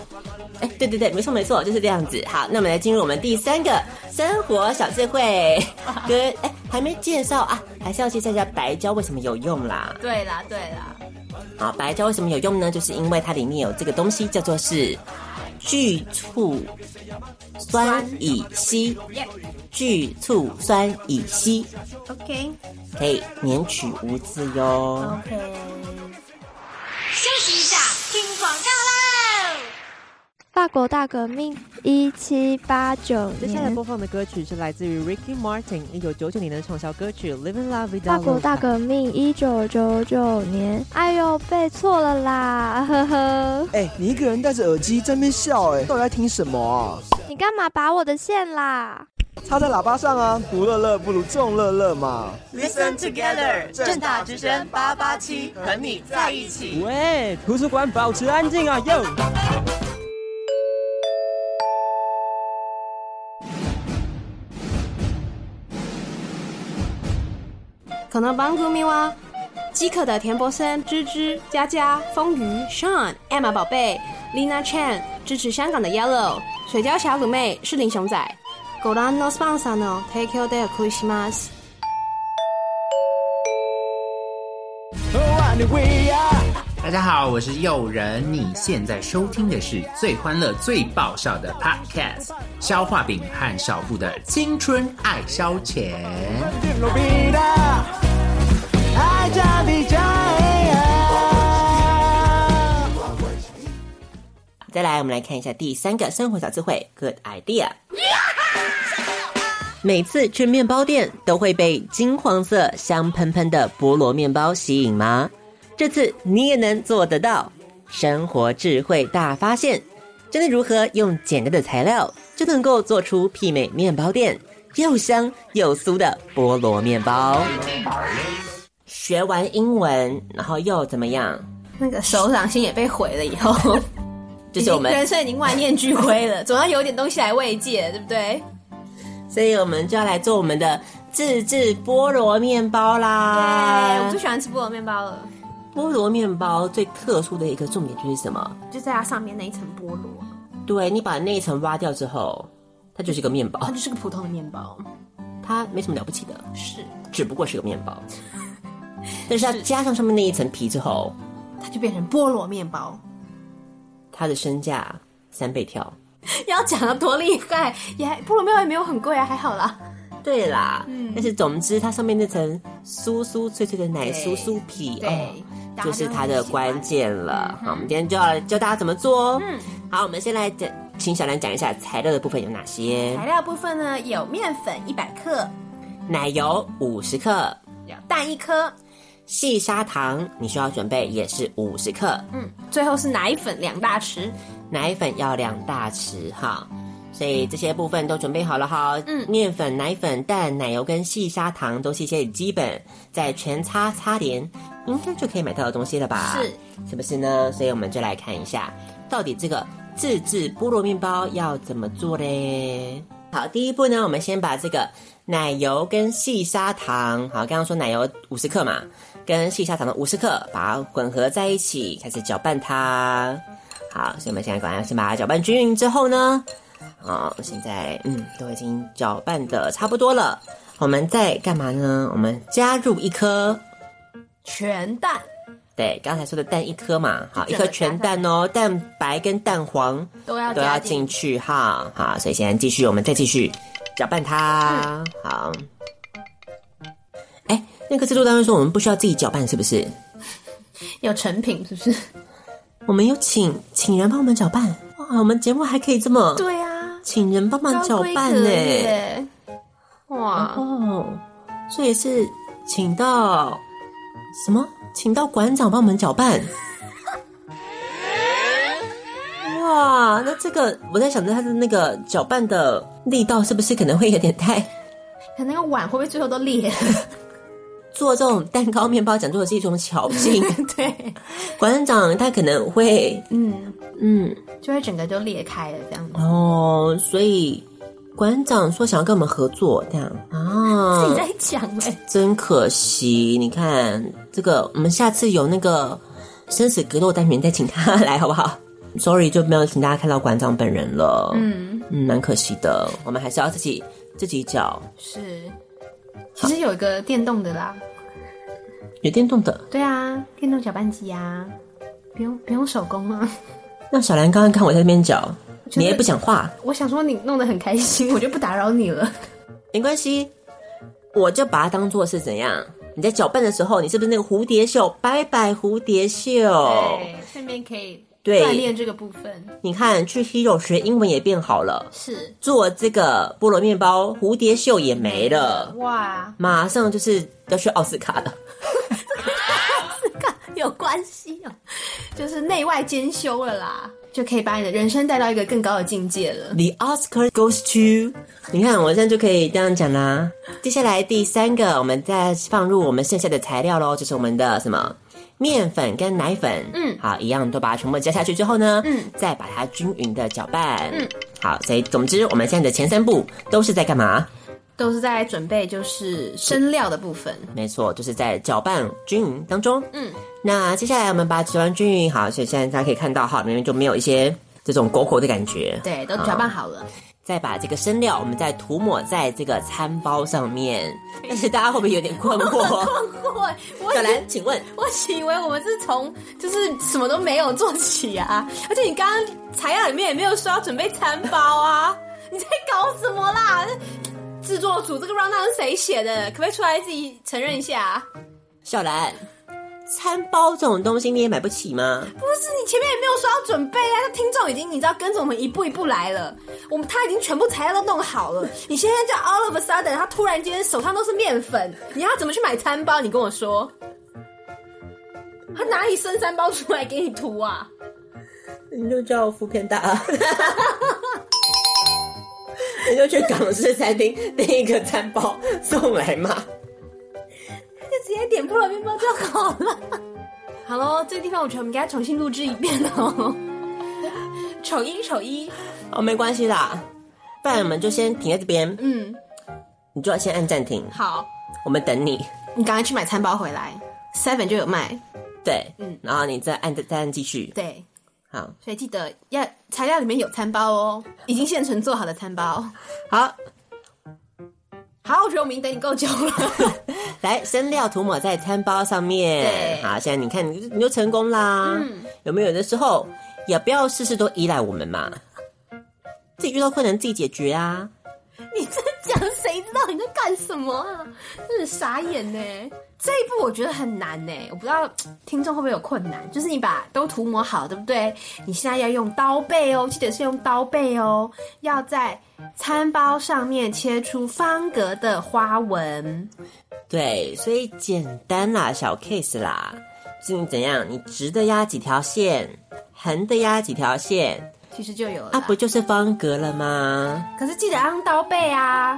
Speaker 1: 哎，对对对，没错没错，就是这样子。好，那我们来进入我们第三个生活小 智慧，跟哎还没介绍啊，还是要介绍一下白胶为什么有用啦。
Speaker 2: 对啦，对啦，
Speaker 1: 啊，白胶为什么有用呢？就是因为它里面有这个东西叫做是聚醋酸乙烯，
Speaker 2: 耶、
Speaker 1: 聚醋酸乙烯
Speaker 2: o k
Speaker 1: 可以免取污渍哟。
Speaker 2: OK。
Speaker 4: 休息一下，听广告喽。
Speaker 5: 法国大革命一七八九
Speaker 6: 接下来
Speaker 5: 年，
Speaker 6: 播放的歌曲是来自于 Ricky Martin 一九九九年的畅销歌曲《Living La Vida Loca》。
Speaker 5: 法国大革命一九九九年。哎呦，背错了啦，呵呵。
Speaker 7: 哎、你一个人戴着耳机在那边笑、哎，到底在听什么啊？
Speaker 5: 你干嘛拔我的线啦？
Speaker 7: 插在喇叭上啊，独乐乐不如众乐乐嘛。
Speaker 8: Listen together，正大之声八八七，和你在一起。
Speaker 6: 喂，图书馆保持安静啊哟！
Speaker 2: 可能帮助咪哇，饥渴的田伯森、芝芝、佳佳、风鱼、Sean、Emma 宝贝、Lina Chan 支持香港的 Yellow，水饺小卤妹是林熊仔。ご覧のスポンサーの提供でお送りします。
Speaker 9: 大家好，我是诱人，你现在收听的是最欢乐、最爆笑的 Podcast《消化饼和小布的青春爱消遣》。
Speaker 1: 再来，我们来看一下第三个生活小智慧，Good idea。每次去面包店都会被金黄色、香喷喷的菠萝面包吸引吗？这次你也能做得到！生活智慧大发现，真的如何用简单的材料就能够做出媲美面包店又香又酥的菠萝面包？学完英文，然后又怎么样？
Speaker 2: 那个手掌心也被毁了以 后。
Speaker 1: 这是我们
Speaker 2: 已经人生已经万念俱灰了，总要有点东西来慰藉，对不对？
Speaker 1: 所以我们就要来做我们的自制菠萝面
Speaker 2: 哎，
Speaker 1: 包
Speaker 2: 我
Speaker 1: 啦
Speaker 2: 最。喜欢吃菠萝面包了，
Speaker 1: 菠萝面包最特殊的一个重点就是什么？
Speaker 2: 就在它上面那一层菠萝，
Speaker 1: 对你把那一层挖掉之后，它就是个面包
Speaker 2: 它，哦就是个普通的面包。
Speaker 1: 它没什么了不起的，
Speaker 2: 是，
Speaker 1: 只不过是个面 包。但是它加上上面那一层皮之后，
Speaker 2: 它就变成菠萝面包。
Speaker 1: 它的身价三倍跳。
Speaker 2: 要讲的多厉害，也还菠萝蜜也没有很贵啊，还好啦。
Speaker 1: 对啦，嗯但是总之它上面那层酥酥脆脆的奶酥酥皮，
Speaker 2: 对
Speaker 1: 哦
Speaker 2: 大家
Speaker 1: 就是
Speaker 2: 都
Speaker 1: 它
Speaker 2: 很
Speaker 1: 的
Speaker 2: 喜
Speaker 1: 关
Speaker 2: 欢
Speaker 1: 键了。好，我们今天就要来教大家怎么做哦。嗯，好，我们先来讲，请小兰讲一下材料的部分有哪些
Speaker 2: 材：料部分呢，有面粉一百克，
Speaker 1: 奶油五十克，
Speaker 2: 有蛋一颗，
Speaker 1: 细砂糖你需要准备也是五十克，
Speaker 2: 嗯，最后是奶粉两大匙，
Speaker 1: 奶粉要两大匙哈。所以这些部分都准备好了哈，嗯，面粉、奶粉、蛋、奶油跟细砂糖都是一些很基本，在全擦擦点应该就可以买到的东西了吧？
Speaker 2: 是，
Speaker 1: 是不是呢？所以我们就来看一下，到底这个自制菠萝面包要怎么做嘞？好，第一步呢，我们先把这个奶油跟细砂糖，好，刚刚说奶油五十克嘛，跟细砂糖的五十克，把它混合在一起，开始搅拌它。好，所以我们现在赶快先把它搅拌均匀之后呢，哦，现在嗯都已经搅拌的差不多了，我们再干嘛呢？我们加入一颗
Speaker 2: 全蛋，
Speaker 1: 对，刚才说的蛋一颗嘛，好，一
Speaker 2: 整
Speaker 1: 颗
Speaker 2: 个
Speaker 1: 全蛋哦，蛋白跟蛋黄
Speaker 2: 都要
Speaker 1: 都
Speaker 2: 加
Speaker 1: 要
Speaker 2: 进
Speaker 1: 进去哈，好，所以现在继续，我们再继续搅拌它，
Speaker 2: 嗯
Speaker 1: 好。哎，那个制作单位说我们不需要自己搅拌，是不是？
Speaker 2: 有成品是不 是？
Speaker 1: 我们有请请人帮我们搅拌，哇，我们节目还可以这么
Speaker 2: 对啊，
Speaker 1: 请人帮忙搅
Speaker 2: 高规
Speaker 1: 拌
Speaker 2: 格
Speaker 1: 呢、
Speaker 2: 耶，哇，
Speaker 1: 哦，所以是请到什么？请到馆长帮我们 搅拌。哇，那这个我在想着他的那个搅拌的力道是不是可能会有点太？
Speaker 2: 可能那个碗会不会最后都裂了？
Speaker 1: 做这种蛋糕面包讲究的是一种巧 劲，
Speaker 2: 对，
Speaker 1: 馆长他可能会
Speaker 2: 嗯，
Speaker 1: 嗯
Speaker 2: 就会整个就裂开了这样子。
Speaker 1: 哦，所以馆长说想要跟我们合作这样啊，
Speaker 2: 自己在讲哎、
Speaker 1: 真可惜，你看这个，我们下次有那个生死格斗单元再请他来好不好？Sorry，就没有请大家看到馆长本人了，
Speaker 2: 嗯，
Speaker 1: 嗯，蛮可惜的。我们还是要自己自己搅，
Speaker 2: 是。其实有一个电动的啦，
Speaker 1: 有电动的。
Speaker 2: 对啊，电动搅拌机啊，不用不用手工啊。
Speaker 1: 那小兰刚刚看我在那边搅，
Speaker 2: 就是
Speaker 1: 你也不讲话，
Speaker 2: 我想说你弄得很开心， 我就不打扰你了。
Speaker 1: 没关系，我就把它当做是怎样。你在搅拌的时候，你是不是那个蝴蝶袖？拜拜，蝴蝶袖。
Speaker 2: 对，顺便可以
Speaker 1: 对
Speaker 2: 锻炼这个部分。
Speaker 1: 你看，去 Hero 学英文也变好了，
Speaker 2: 是
Speaker 1: 做这个菠萝面包，蝴蝶袖也没了。
Speaker 2: 哇，
Speaker 1: 马上就是要去奥斯卡了。
Speaker 2: 有关系哦，就是内外兼修了啦，就可以把你的人生带到一个更高的境界了。
Speaker 1: The Oscar goes to，你看我现在就可以这样讲啦。接下来第三个，我们再放入我们剩下的材料喽，就是我们的什么面粉跟奶粉。
Speaker 2: 嗯
Speaker 1: 好，一样都把它全部加下去之后呢，
Speaker 2: 嗯，
Speaker 1: 再把它均匀的搅拌。
Speaker 2: 嗯，
Speaker 1: 好，所以总之我们现在的前三步都是在干嘛？
Speaker 2: 都是在准备就是生料的部分，
Speaker 1: 没错，就是在搅拌均匀当中。
Speaker 2: 嗯，
Speaker 1: 那接下来我们把搅拌均匀好，所以现在大家可以看到哈，里面就没有一些这种狗狗的感觉。
Speaker 2: 对，都
Speaker 1: 好
Speaker 2: 搅拌好了。
Speaker 1: 再把这个生料，我们再涂抹在这个餐包上面。但是大家会不会有点困 惑？
Speaker 2: 哇 我
Speaker 1: 小兰，请问
Speaker 2: 我以为我们是从就是什么都没有做起啊，而且你刚刚材料里面也没有说要准备餐包啊，你在搞什么啦？制作组这个 round down 是谁写的？可不可以出来自己承认一下啊？
Speaker 1: 小兰，餐包这种东西你也买不起吗？
Speaker 2: 不是你前面也没有说要准备啊，听众已经你知道跟着我们一步一步来了，我们他已经全部材料都弄好了，你现在叫 all of a sudden 他突然间手上都是面粉，你要怎么去买餐包？你跟我说，他哪里生餐包出来给你涂啊？
Speaker 1: 你就叫副片大。 你就去港式餐厅 订一个餐包送来嘛。
Speaker 2: 就直接点菠萝面包就好了。 好喽，这个地方我觉得我们给它重新录制一遍哦。丑一丑一，
Speaker 1: 哦，没关系啦，不然我们就先停在这边，
Speaker 2: 嗯，
Speaker 1: 你就要先按暂停，
Speaker 2: 好，
Speaker 1: 我们等你。
Speaker 2: 你赶快去买餐包回来，Seven 就有卖。
Speaker 1: 对，
Speaker 2: 嗯
Speaker 1: 然后你再按再按继续。
Speaker 2: 对，
Speaker 1: 好，
Speaker 2: 所以记得要材料里面有餐包哦，已经现成做好的餐包。
Speaker 1: 好，
Speaker 2: 好，我觉得我们已经等你够久了。
Speaker 1: 来，生料涂抹在餐包上面。
Speaker 2: 对
Speaker 1: 好，现在你看，你就你就嗯成功啦。有没有的时候也不要事事都依赖我们嘛？自己遇到困难自己解决啊。
Speaker 2: 你这讲谁知道你在干什么啊？真的傻眼呢、这一步我觉得很难呢、我不知道听众会不会有困难。就是你把都涂抹好，对不对？你现在要用刀背哦，记得是用刀背哦，要在餐包上面切出方格的花纹。
Speaker 1: 对，所以简单啦，小 case 啦，就是你怎样，你直的压几条线，横的压几条线，
Speaker 2: 其实就有了啦，
Speaker 1: 啊，不就是方格了吗？
Speaker 2: 可是记得要用刀背啊，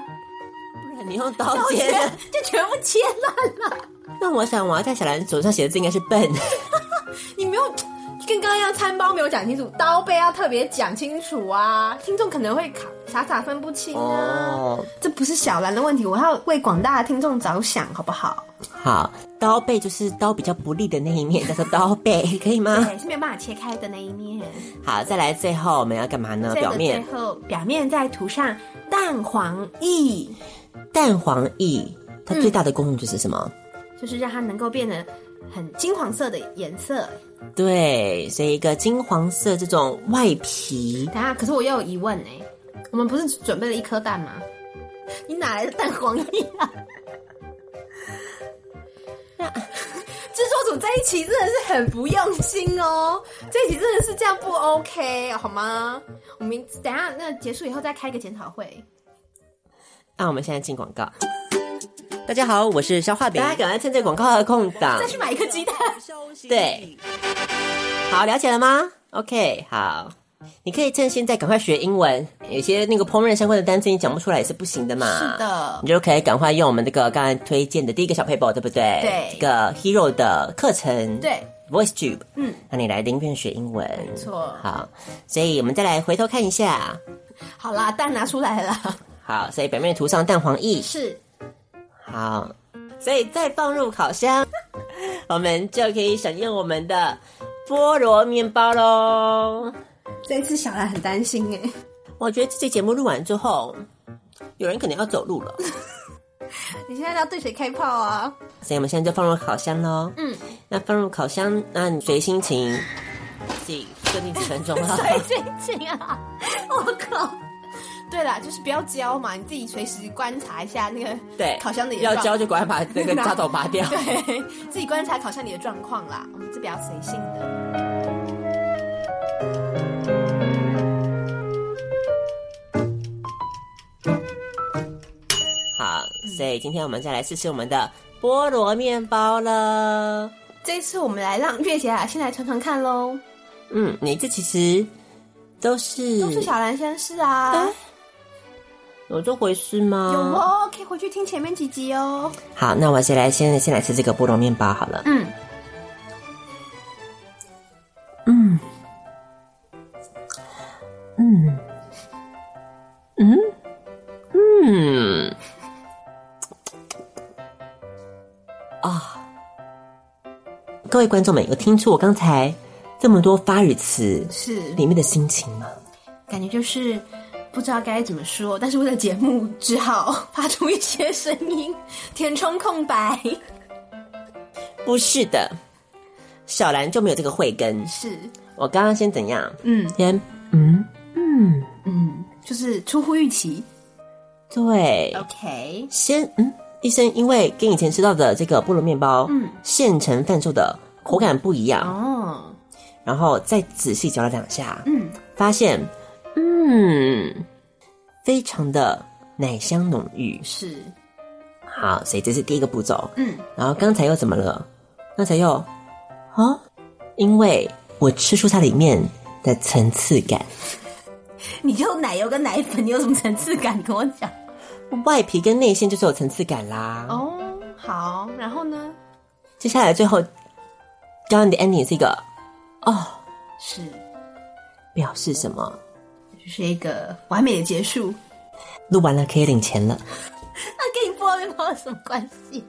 Speaker 1: 不然你用刀
Speaker 2: 就
Speaker 1: 切
Speaker 2: 全
Speaker 1: 的，
Speaker 2: 就全部切烂了。
Speaker 1: 那我想我要在小兰手上写的字应该是笨，
Speaker 2: 你没有跟刚刚一样餐包没有讲清楚，刀背要特别讲清楚啊，听众可能会卡傻傻分不清啊。
Speaker 1: 哦，
Speaker 2: 这不是小兰的问题，我要为广大的听众着想，好不好？
Speaker 1: 好，刀背就是刀比较不利的那一面，叫做刀 背，可以吗？
Speaker 2: 对，是没有办法切开的那一面。
Speaker 1: 好，再来最后我们要干嘛呢？
Speaker 2: 这
Speaker 1: 呃表
Speaker 2: 个
Speaker 1: 面
Speaker 2: 最后表面再涂上蛋黄液，
Speaker 1: 蛋黄液，它最大的功用就是什么？
Speaker 2: 就是让它能够变得很金黄色的颜色。
Speaker 1: 嗯对，所以一个金黄色这种外皮，
Speaker 2: 等一下，可是我又有疑问呢、欸我们不是准备了一颗蛋吗？你哪来的蛋黄液 啊？制作组这一期真的是很不用心哦，这一期真的是这样不 OK 好吗？我们等一下那结束以后再开一个检讨会。
Speaker 1: 啊那我们现在进广告。大家好，我是肖画饼。大家赶快趁这广告的空档
Speaker 2: 再去买一个鸡蛋，
Speaker 1: 对，好，了解了吗？OK，好，你可以趁现在赶快学英文，有些那个烹饪相关的单词你讲不出来也是不行的嘛。
Speaker 2: 是的
Speaker 1: 你就可以赶快用我们这个刚才推荐的第一个小 paper，对不对？
Speaker 2: 对
Speaker 1: 这个 Hero 的课程，
Speaker 2: 对
Speaker 1: ，VoiceTube，
Speaker 2: 嗯，
Speaker 1: 让你来零元学英文，没
Speaker 2: 错
Speaker 1: 好，所以我们再来回头看一下。
Speaker 2: 好啦，蛋拿出来了，
Speaker 1: 好，所以表面涂上蛋黄液，
Speaker 2: 是
Speaker 1: 好，所以再放入烤 箱，我们就可以享用我们的菠萝面包喽。
Speaker 2: 这一次小兰很担心哎、
Speaker 1: 我觉得这期节目录完之后，有人可能要走路了，
Speaker 2: 你现在要对谁开炮啊？
Speaker 1: 所以我们现在就放入烤箱喽。
Speaker 2: 嗯，
Speaker 1: 那放入烤箱，那你随心情，自己设定几分钟啦。
Speaker 2: 谁最近啊？我靠！对啦，就是不要浇嘛，你自己随时观察一下那个
Speaker 1: 对，
Speaker 2: 烤箱的
Speaker 1: 要浇就赶快把 那个插头拔掉。
Speaker 2: 对，自己观察烤箱里的状况啦，我们是比较随性的。
Speaker 1: 好，所以今天我们再来试试我们的菠萝面包了。
Speaker 2: 这一次我们来让月姐啊先来尝尝看喽，
Speaker 1: 嗯，你这其实都是
Speaker 2: 都是小兰先试啊，
Speaker 1: 哎有这回事吗？
Speaker 2: 有。哦，可以回去听前面几集哦。
Speaker 1: 好，那我先来先先来吃这个菠萝面包好了。
Speaker 2: 嗯，
Speaker 1: 嗯，啊、各位观众们，有听出我刚才这么多发语词
Speaker 2: 是，
Speaker 1: 里面的心情吗？
Speaker 2: 感觉就是不知道该怎么说，但是为了节目只好 发出一些声音填充空白。
Speaker 1: 不是的，小兰就没有这个慧根。
Speaker 2: 是，
Speaker 1: 我刚刚先怎样？
Speaker 2: 嗯
Speaker 1: 先嗯，
Speaker 2: 嗯，就是出乎预期。
Speaker 1: 对，
Speaker 2: OK，
Speaker 1: 先嗯一声，因为跟以前吃到的这个菠萝面包，嗯，现成贩售的口感不一样，
Speaker 2: 哦，
Speaker 1: 然后再仔细嚼了两下，
Speaker 2: 嗯，
Speaker 1: 发现，嗯，非常的奶香浓郁。
Speaker 2: 是，
Speaker 1: 好，所以这是第一个步骤。
Speaker 2: 嗯，
Speaker 1: 然后刚才又怎么了？刚才又啊，因为我吃出它里面的层次感，
Speaker 2: 你就奶油跟奶粉，你有什么层次感？跟我讲。
Speaker 1: 外皮跟内馅就是有层次感啦。
Speaker 2: 哦，好，然后呢？
Speaker 1: 接下来最后，刚刚的 ending 是一个哦，
Speaker 2: 是，
Speaker 1: 表示什么？
Speaker 2: 就是一个完美的结束。
Speaker 1: 录完了可以领钱了。
Speaker 2: 那跟你菠萝面包有什么关系？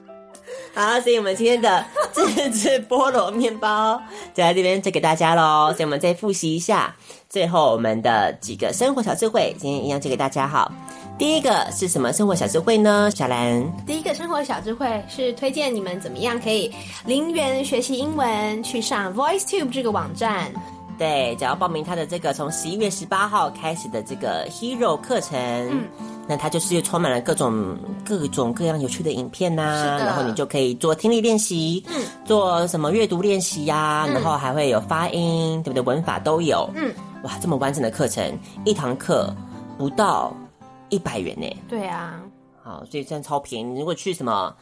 Speaker 1: 好，所以我们今天的自制菠萝面包 就在这边推给大家喽。所以我们再复习一下，最后我们的几个生活小智慧，今天一样推给大家哈。第一个是什么生活小智慧呢？小兰，
Speaker 2: 第一个生活小智慧是推荐你们怎么样可以零元学习英文，去上 VoiceTube 这个网站。
Speaker 1: 对，只要报名他的这个从十一月十八号开始的这个 Hero 课程，
Speaker 2: 嗯
Speaker 1: 那它就是充满了各种各种各样有趣的影片呐、
Speaker 2: 是的
Speaker 1: 然后你就可以做听力练习，嗯，做什么阅读练习呀、然后还会有发音，对不对？文法都有，
Speaker 2: 嗯，
Speaker 1: 哇，这么完整的课程，一堂课不到一百元呢，
Speaker 2: 对啊，
Speaker 1: 好，所以算超便宜。如果去什么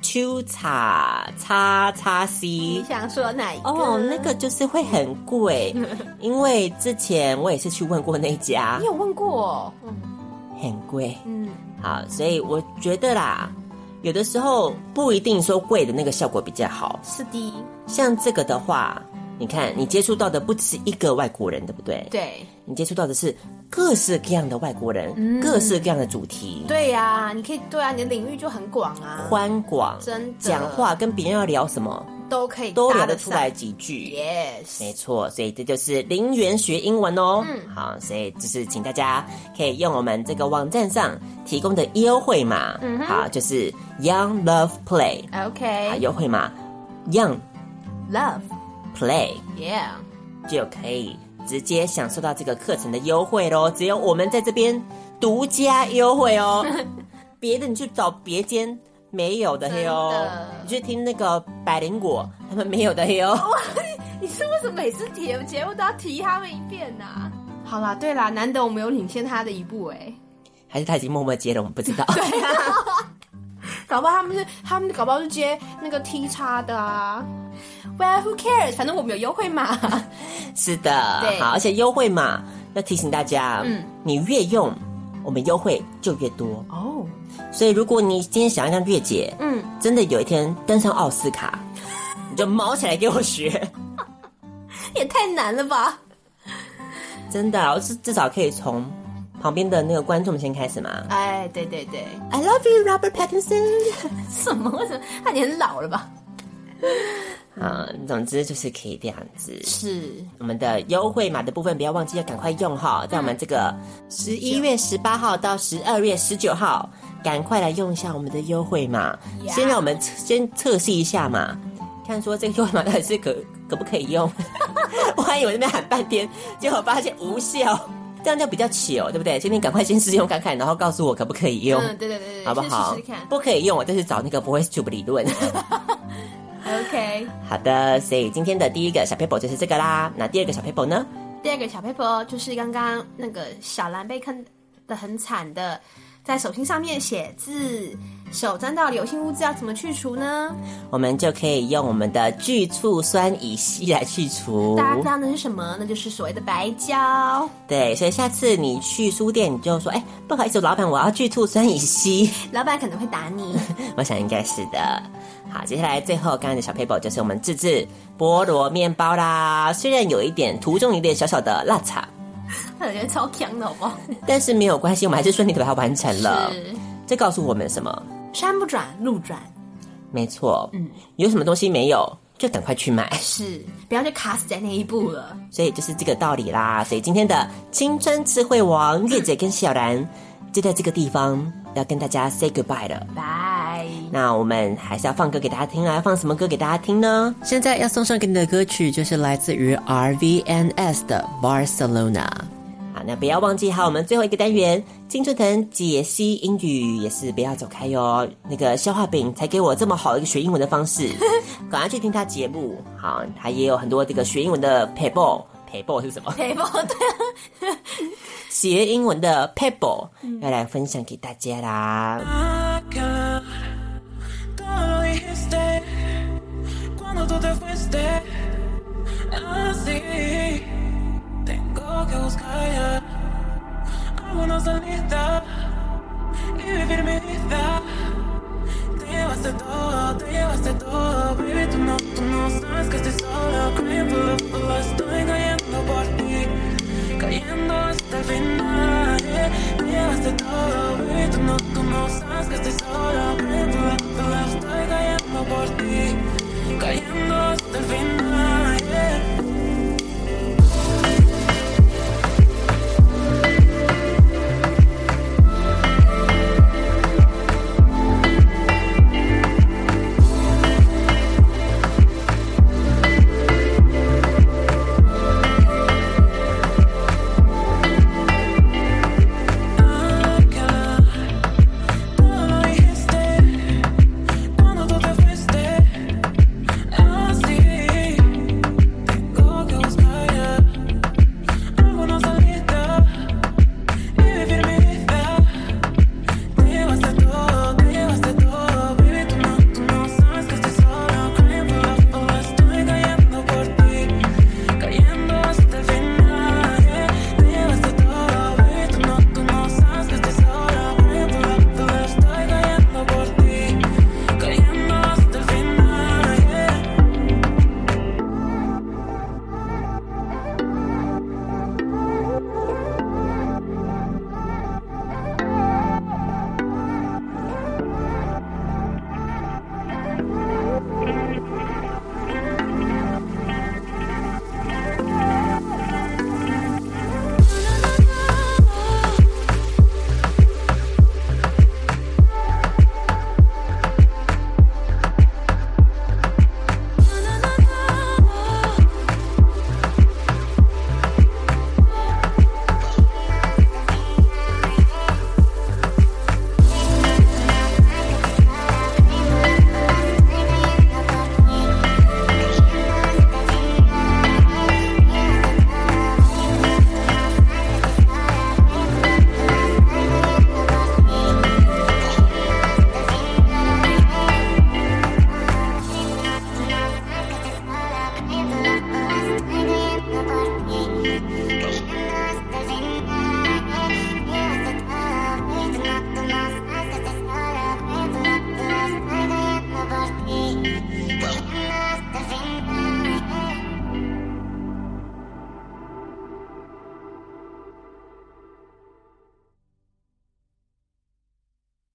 Speaker 1: 秋叉叉叉 C
Speaker 2: 你。想说哪一个？
Speaker 1: 哦，那个就是会很 贵，因为之前我也是去问过那家
Speaker 2: 你，有问过、哦？
Speaker 1: 很贵。
Speaker 2: 嗯，
Speaker 1: 好，所以我觉得啦，有的时候不一定说贵的那个效果比较好。
Speaker 2: 是的，
Speaker 1: 像这个的话，你看你接触到的不止一个外国人，对不对？，
Speaker 2: 对
Speaker 1: 你接触到的是各式各样的外国人，各式各样的主题，，
Speaker 2: 对呀、你可以对啊，你的领域就很广啊，
Speaker 1: 宽广，
Speaker 2: 真的
Speaker 1: 讲话跟别人要聊什么
Speaker 2: 都可以
Speaker 1: 都
Speaker 2: 搭
Speaker 1: 聊得
Speaker 2: 得
Speaker 1: 出来
Speaker 2: 上。
Speaker 1: 几句。没
Speaker 2: Yes，
Speaker 1: 错，所以这就是零元学英文哦。
Speaker 2: 嗯
Speaker 1: 好，所以就是请大家可以用我们这个网站上提供的优惠码，
Speaker 2: 嗯
Speaker 1: 好，就是 Young Love Play，啊，
Speaker 2: OK，Love，Yeah，、
Speaker 1: 优惠码 Young Play
Speaker 2: Yeah
Speaker 1: 就可以直接享受到这个课程的优惠喽，只有我们在这边独家优惠 哦，别的你去找别间。没有的嘿
Speaker 2: 真
Speaker 1: 哦
Speaker 2: 的，
Speaker 1: 你去听那个百灵果，他们没有的嘿哦。
Speaker 2: 你是为什么每次提节目都要提他们一遍啊呐、好啦，对啦，难得我们有领先他的一步哎、
Speaker 1: 还是他已经默默接了，我们不知道。
Speaker 2: 搞不好他们是他们搞不好是接那个 T 叉的啊。Well, who cares？反正我们有优惠码。
Speaker 1: 是的
Speaker 2: 对，
Speaker 1: 好，而且优惠嘛，要提醒大家，嗯，你越用，我们优惠就越多。
Speaker 2: 哦，
Speaker 1: 所以如果你今天想要让月姐，嗯，真的有一天登上奥斯卡，你就毛起来给我学，
Speaker 2: 也太难了吧？
Speaker 1: 真的啊，我至至少可以从旁边的那个观众先开始嘛。
Speaker 2: 哎，对对对，
Speaker 1: I love you, Robert Pattinson。
Speaker 2: 什么？为什么？那你很老了吧？
Speaker 1: 啊，总之就是可以这样子。
Speaker 2: 是，
Speaker 1: 我们的优惠码的部分不要忘记要赶快用
Speaker 2: 嗯
Speaker 1: 哈，在我们这个十一月十八号到十二月十九号，赶快来用一下我们的优惠码
Speaker 2: Yeah
Speaker 1: 先让我们测先测试一下嘛，看说这个优惠码到底是可可不可以 用。我还以为那边喊半天，结果发现无效，这样就比较糗，对不对？所以你赶快先试用看看，然后告诉我可不可以用，
Speaker 2: 嗯，对对对对，
Speaker 1: 好不好？
Speaker 2: 去试试看。
Speaker 1: 不可以用，我再去找那个 VoiceTube 理 论。
Speaker 2: OK，
Speaker 1: 好的，所以今天的第一个小 paper 就是这个啦。那第二个小 paper 呢？
Speaker 2: 第二个小 paper 就是刚刚那个小兰被坑的很惨的，在手心上面写字，手沾到流性物质要怎么去除呢？
Speaker 1: 我们就可以用我们的聚醋酸乙烯来去除。
Speaker 2: 大家知道那是什么？那就是所谓的白胶。
Speaker 1: 对，所以下次你去书店，你就说：“哎，不好意思，老板，我要聚醋酸乙烯。
Speaker 2: 老板可能会打你。”
Speaker 1: 我想应该是的。好，接下来最后刚刚的小 paper 就是我们自制菠萝面包啦。虽然有一点途中有一点小小的落差，
Speaker 2: 我觉得超强的，好不好？
Speaker 1: 但是没有关系，我们还是顺利的把它完成了。
Speaker 2: 是
Speaker 1: 这告诉我们什么？
Speaker 2: 山不转路转，
Speaker 1: 没错，嗯，有什么东西没有，就赶快去买。
Speaker 2: 是不要再卡死在那一步了。
Speaker 1: 所以就是这个道理啦。所以今天的青春智慧王月姐跟小兰就在这个地方要跟大家 say goodbye 了。
Speaker 2: 拜。
Speaker 1: 那我们还是要放歌给大家听啊，放什么歌给大家听呢？现在要送上给你的歌曲就是来自于 RVNS 的 Barcelona。好，啊那不要忘记，还有我们最后一个单元青春藤解析英语，也是不要走开哟。那个消化饼才给我这么好一个学英文的方 式，赶快去听他节目。好，他也有很多这个学英文的 pebble。pebble 是什 么？
Speaker 2: 陪我对啊，
Speaker 1: 学英文的 pebble 要来分享给大家啦。
Speaker 8: Acá, todo lo dijiste cuando tú te fuiste. Así tengo que buscar ya alguna salida y vivir mi vida. Te llevaste todo, te llevaste todo, baby, tú no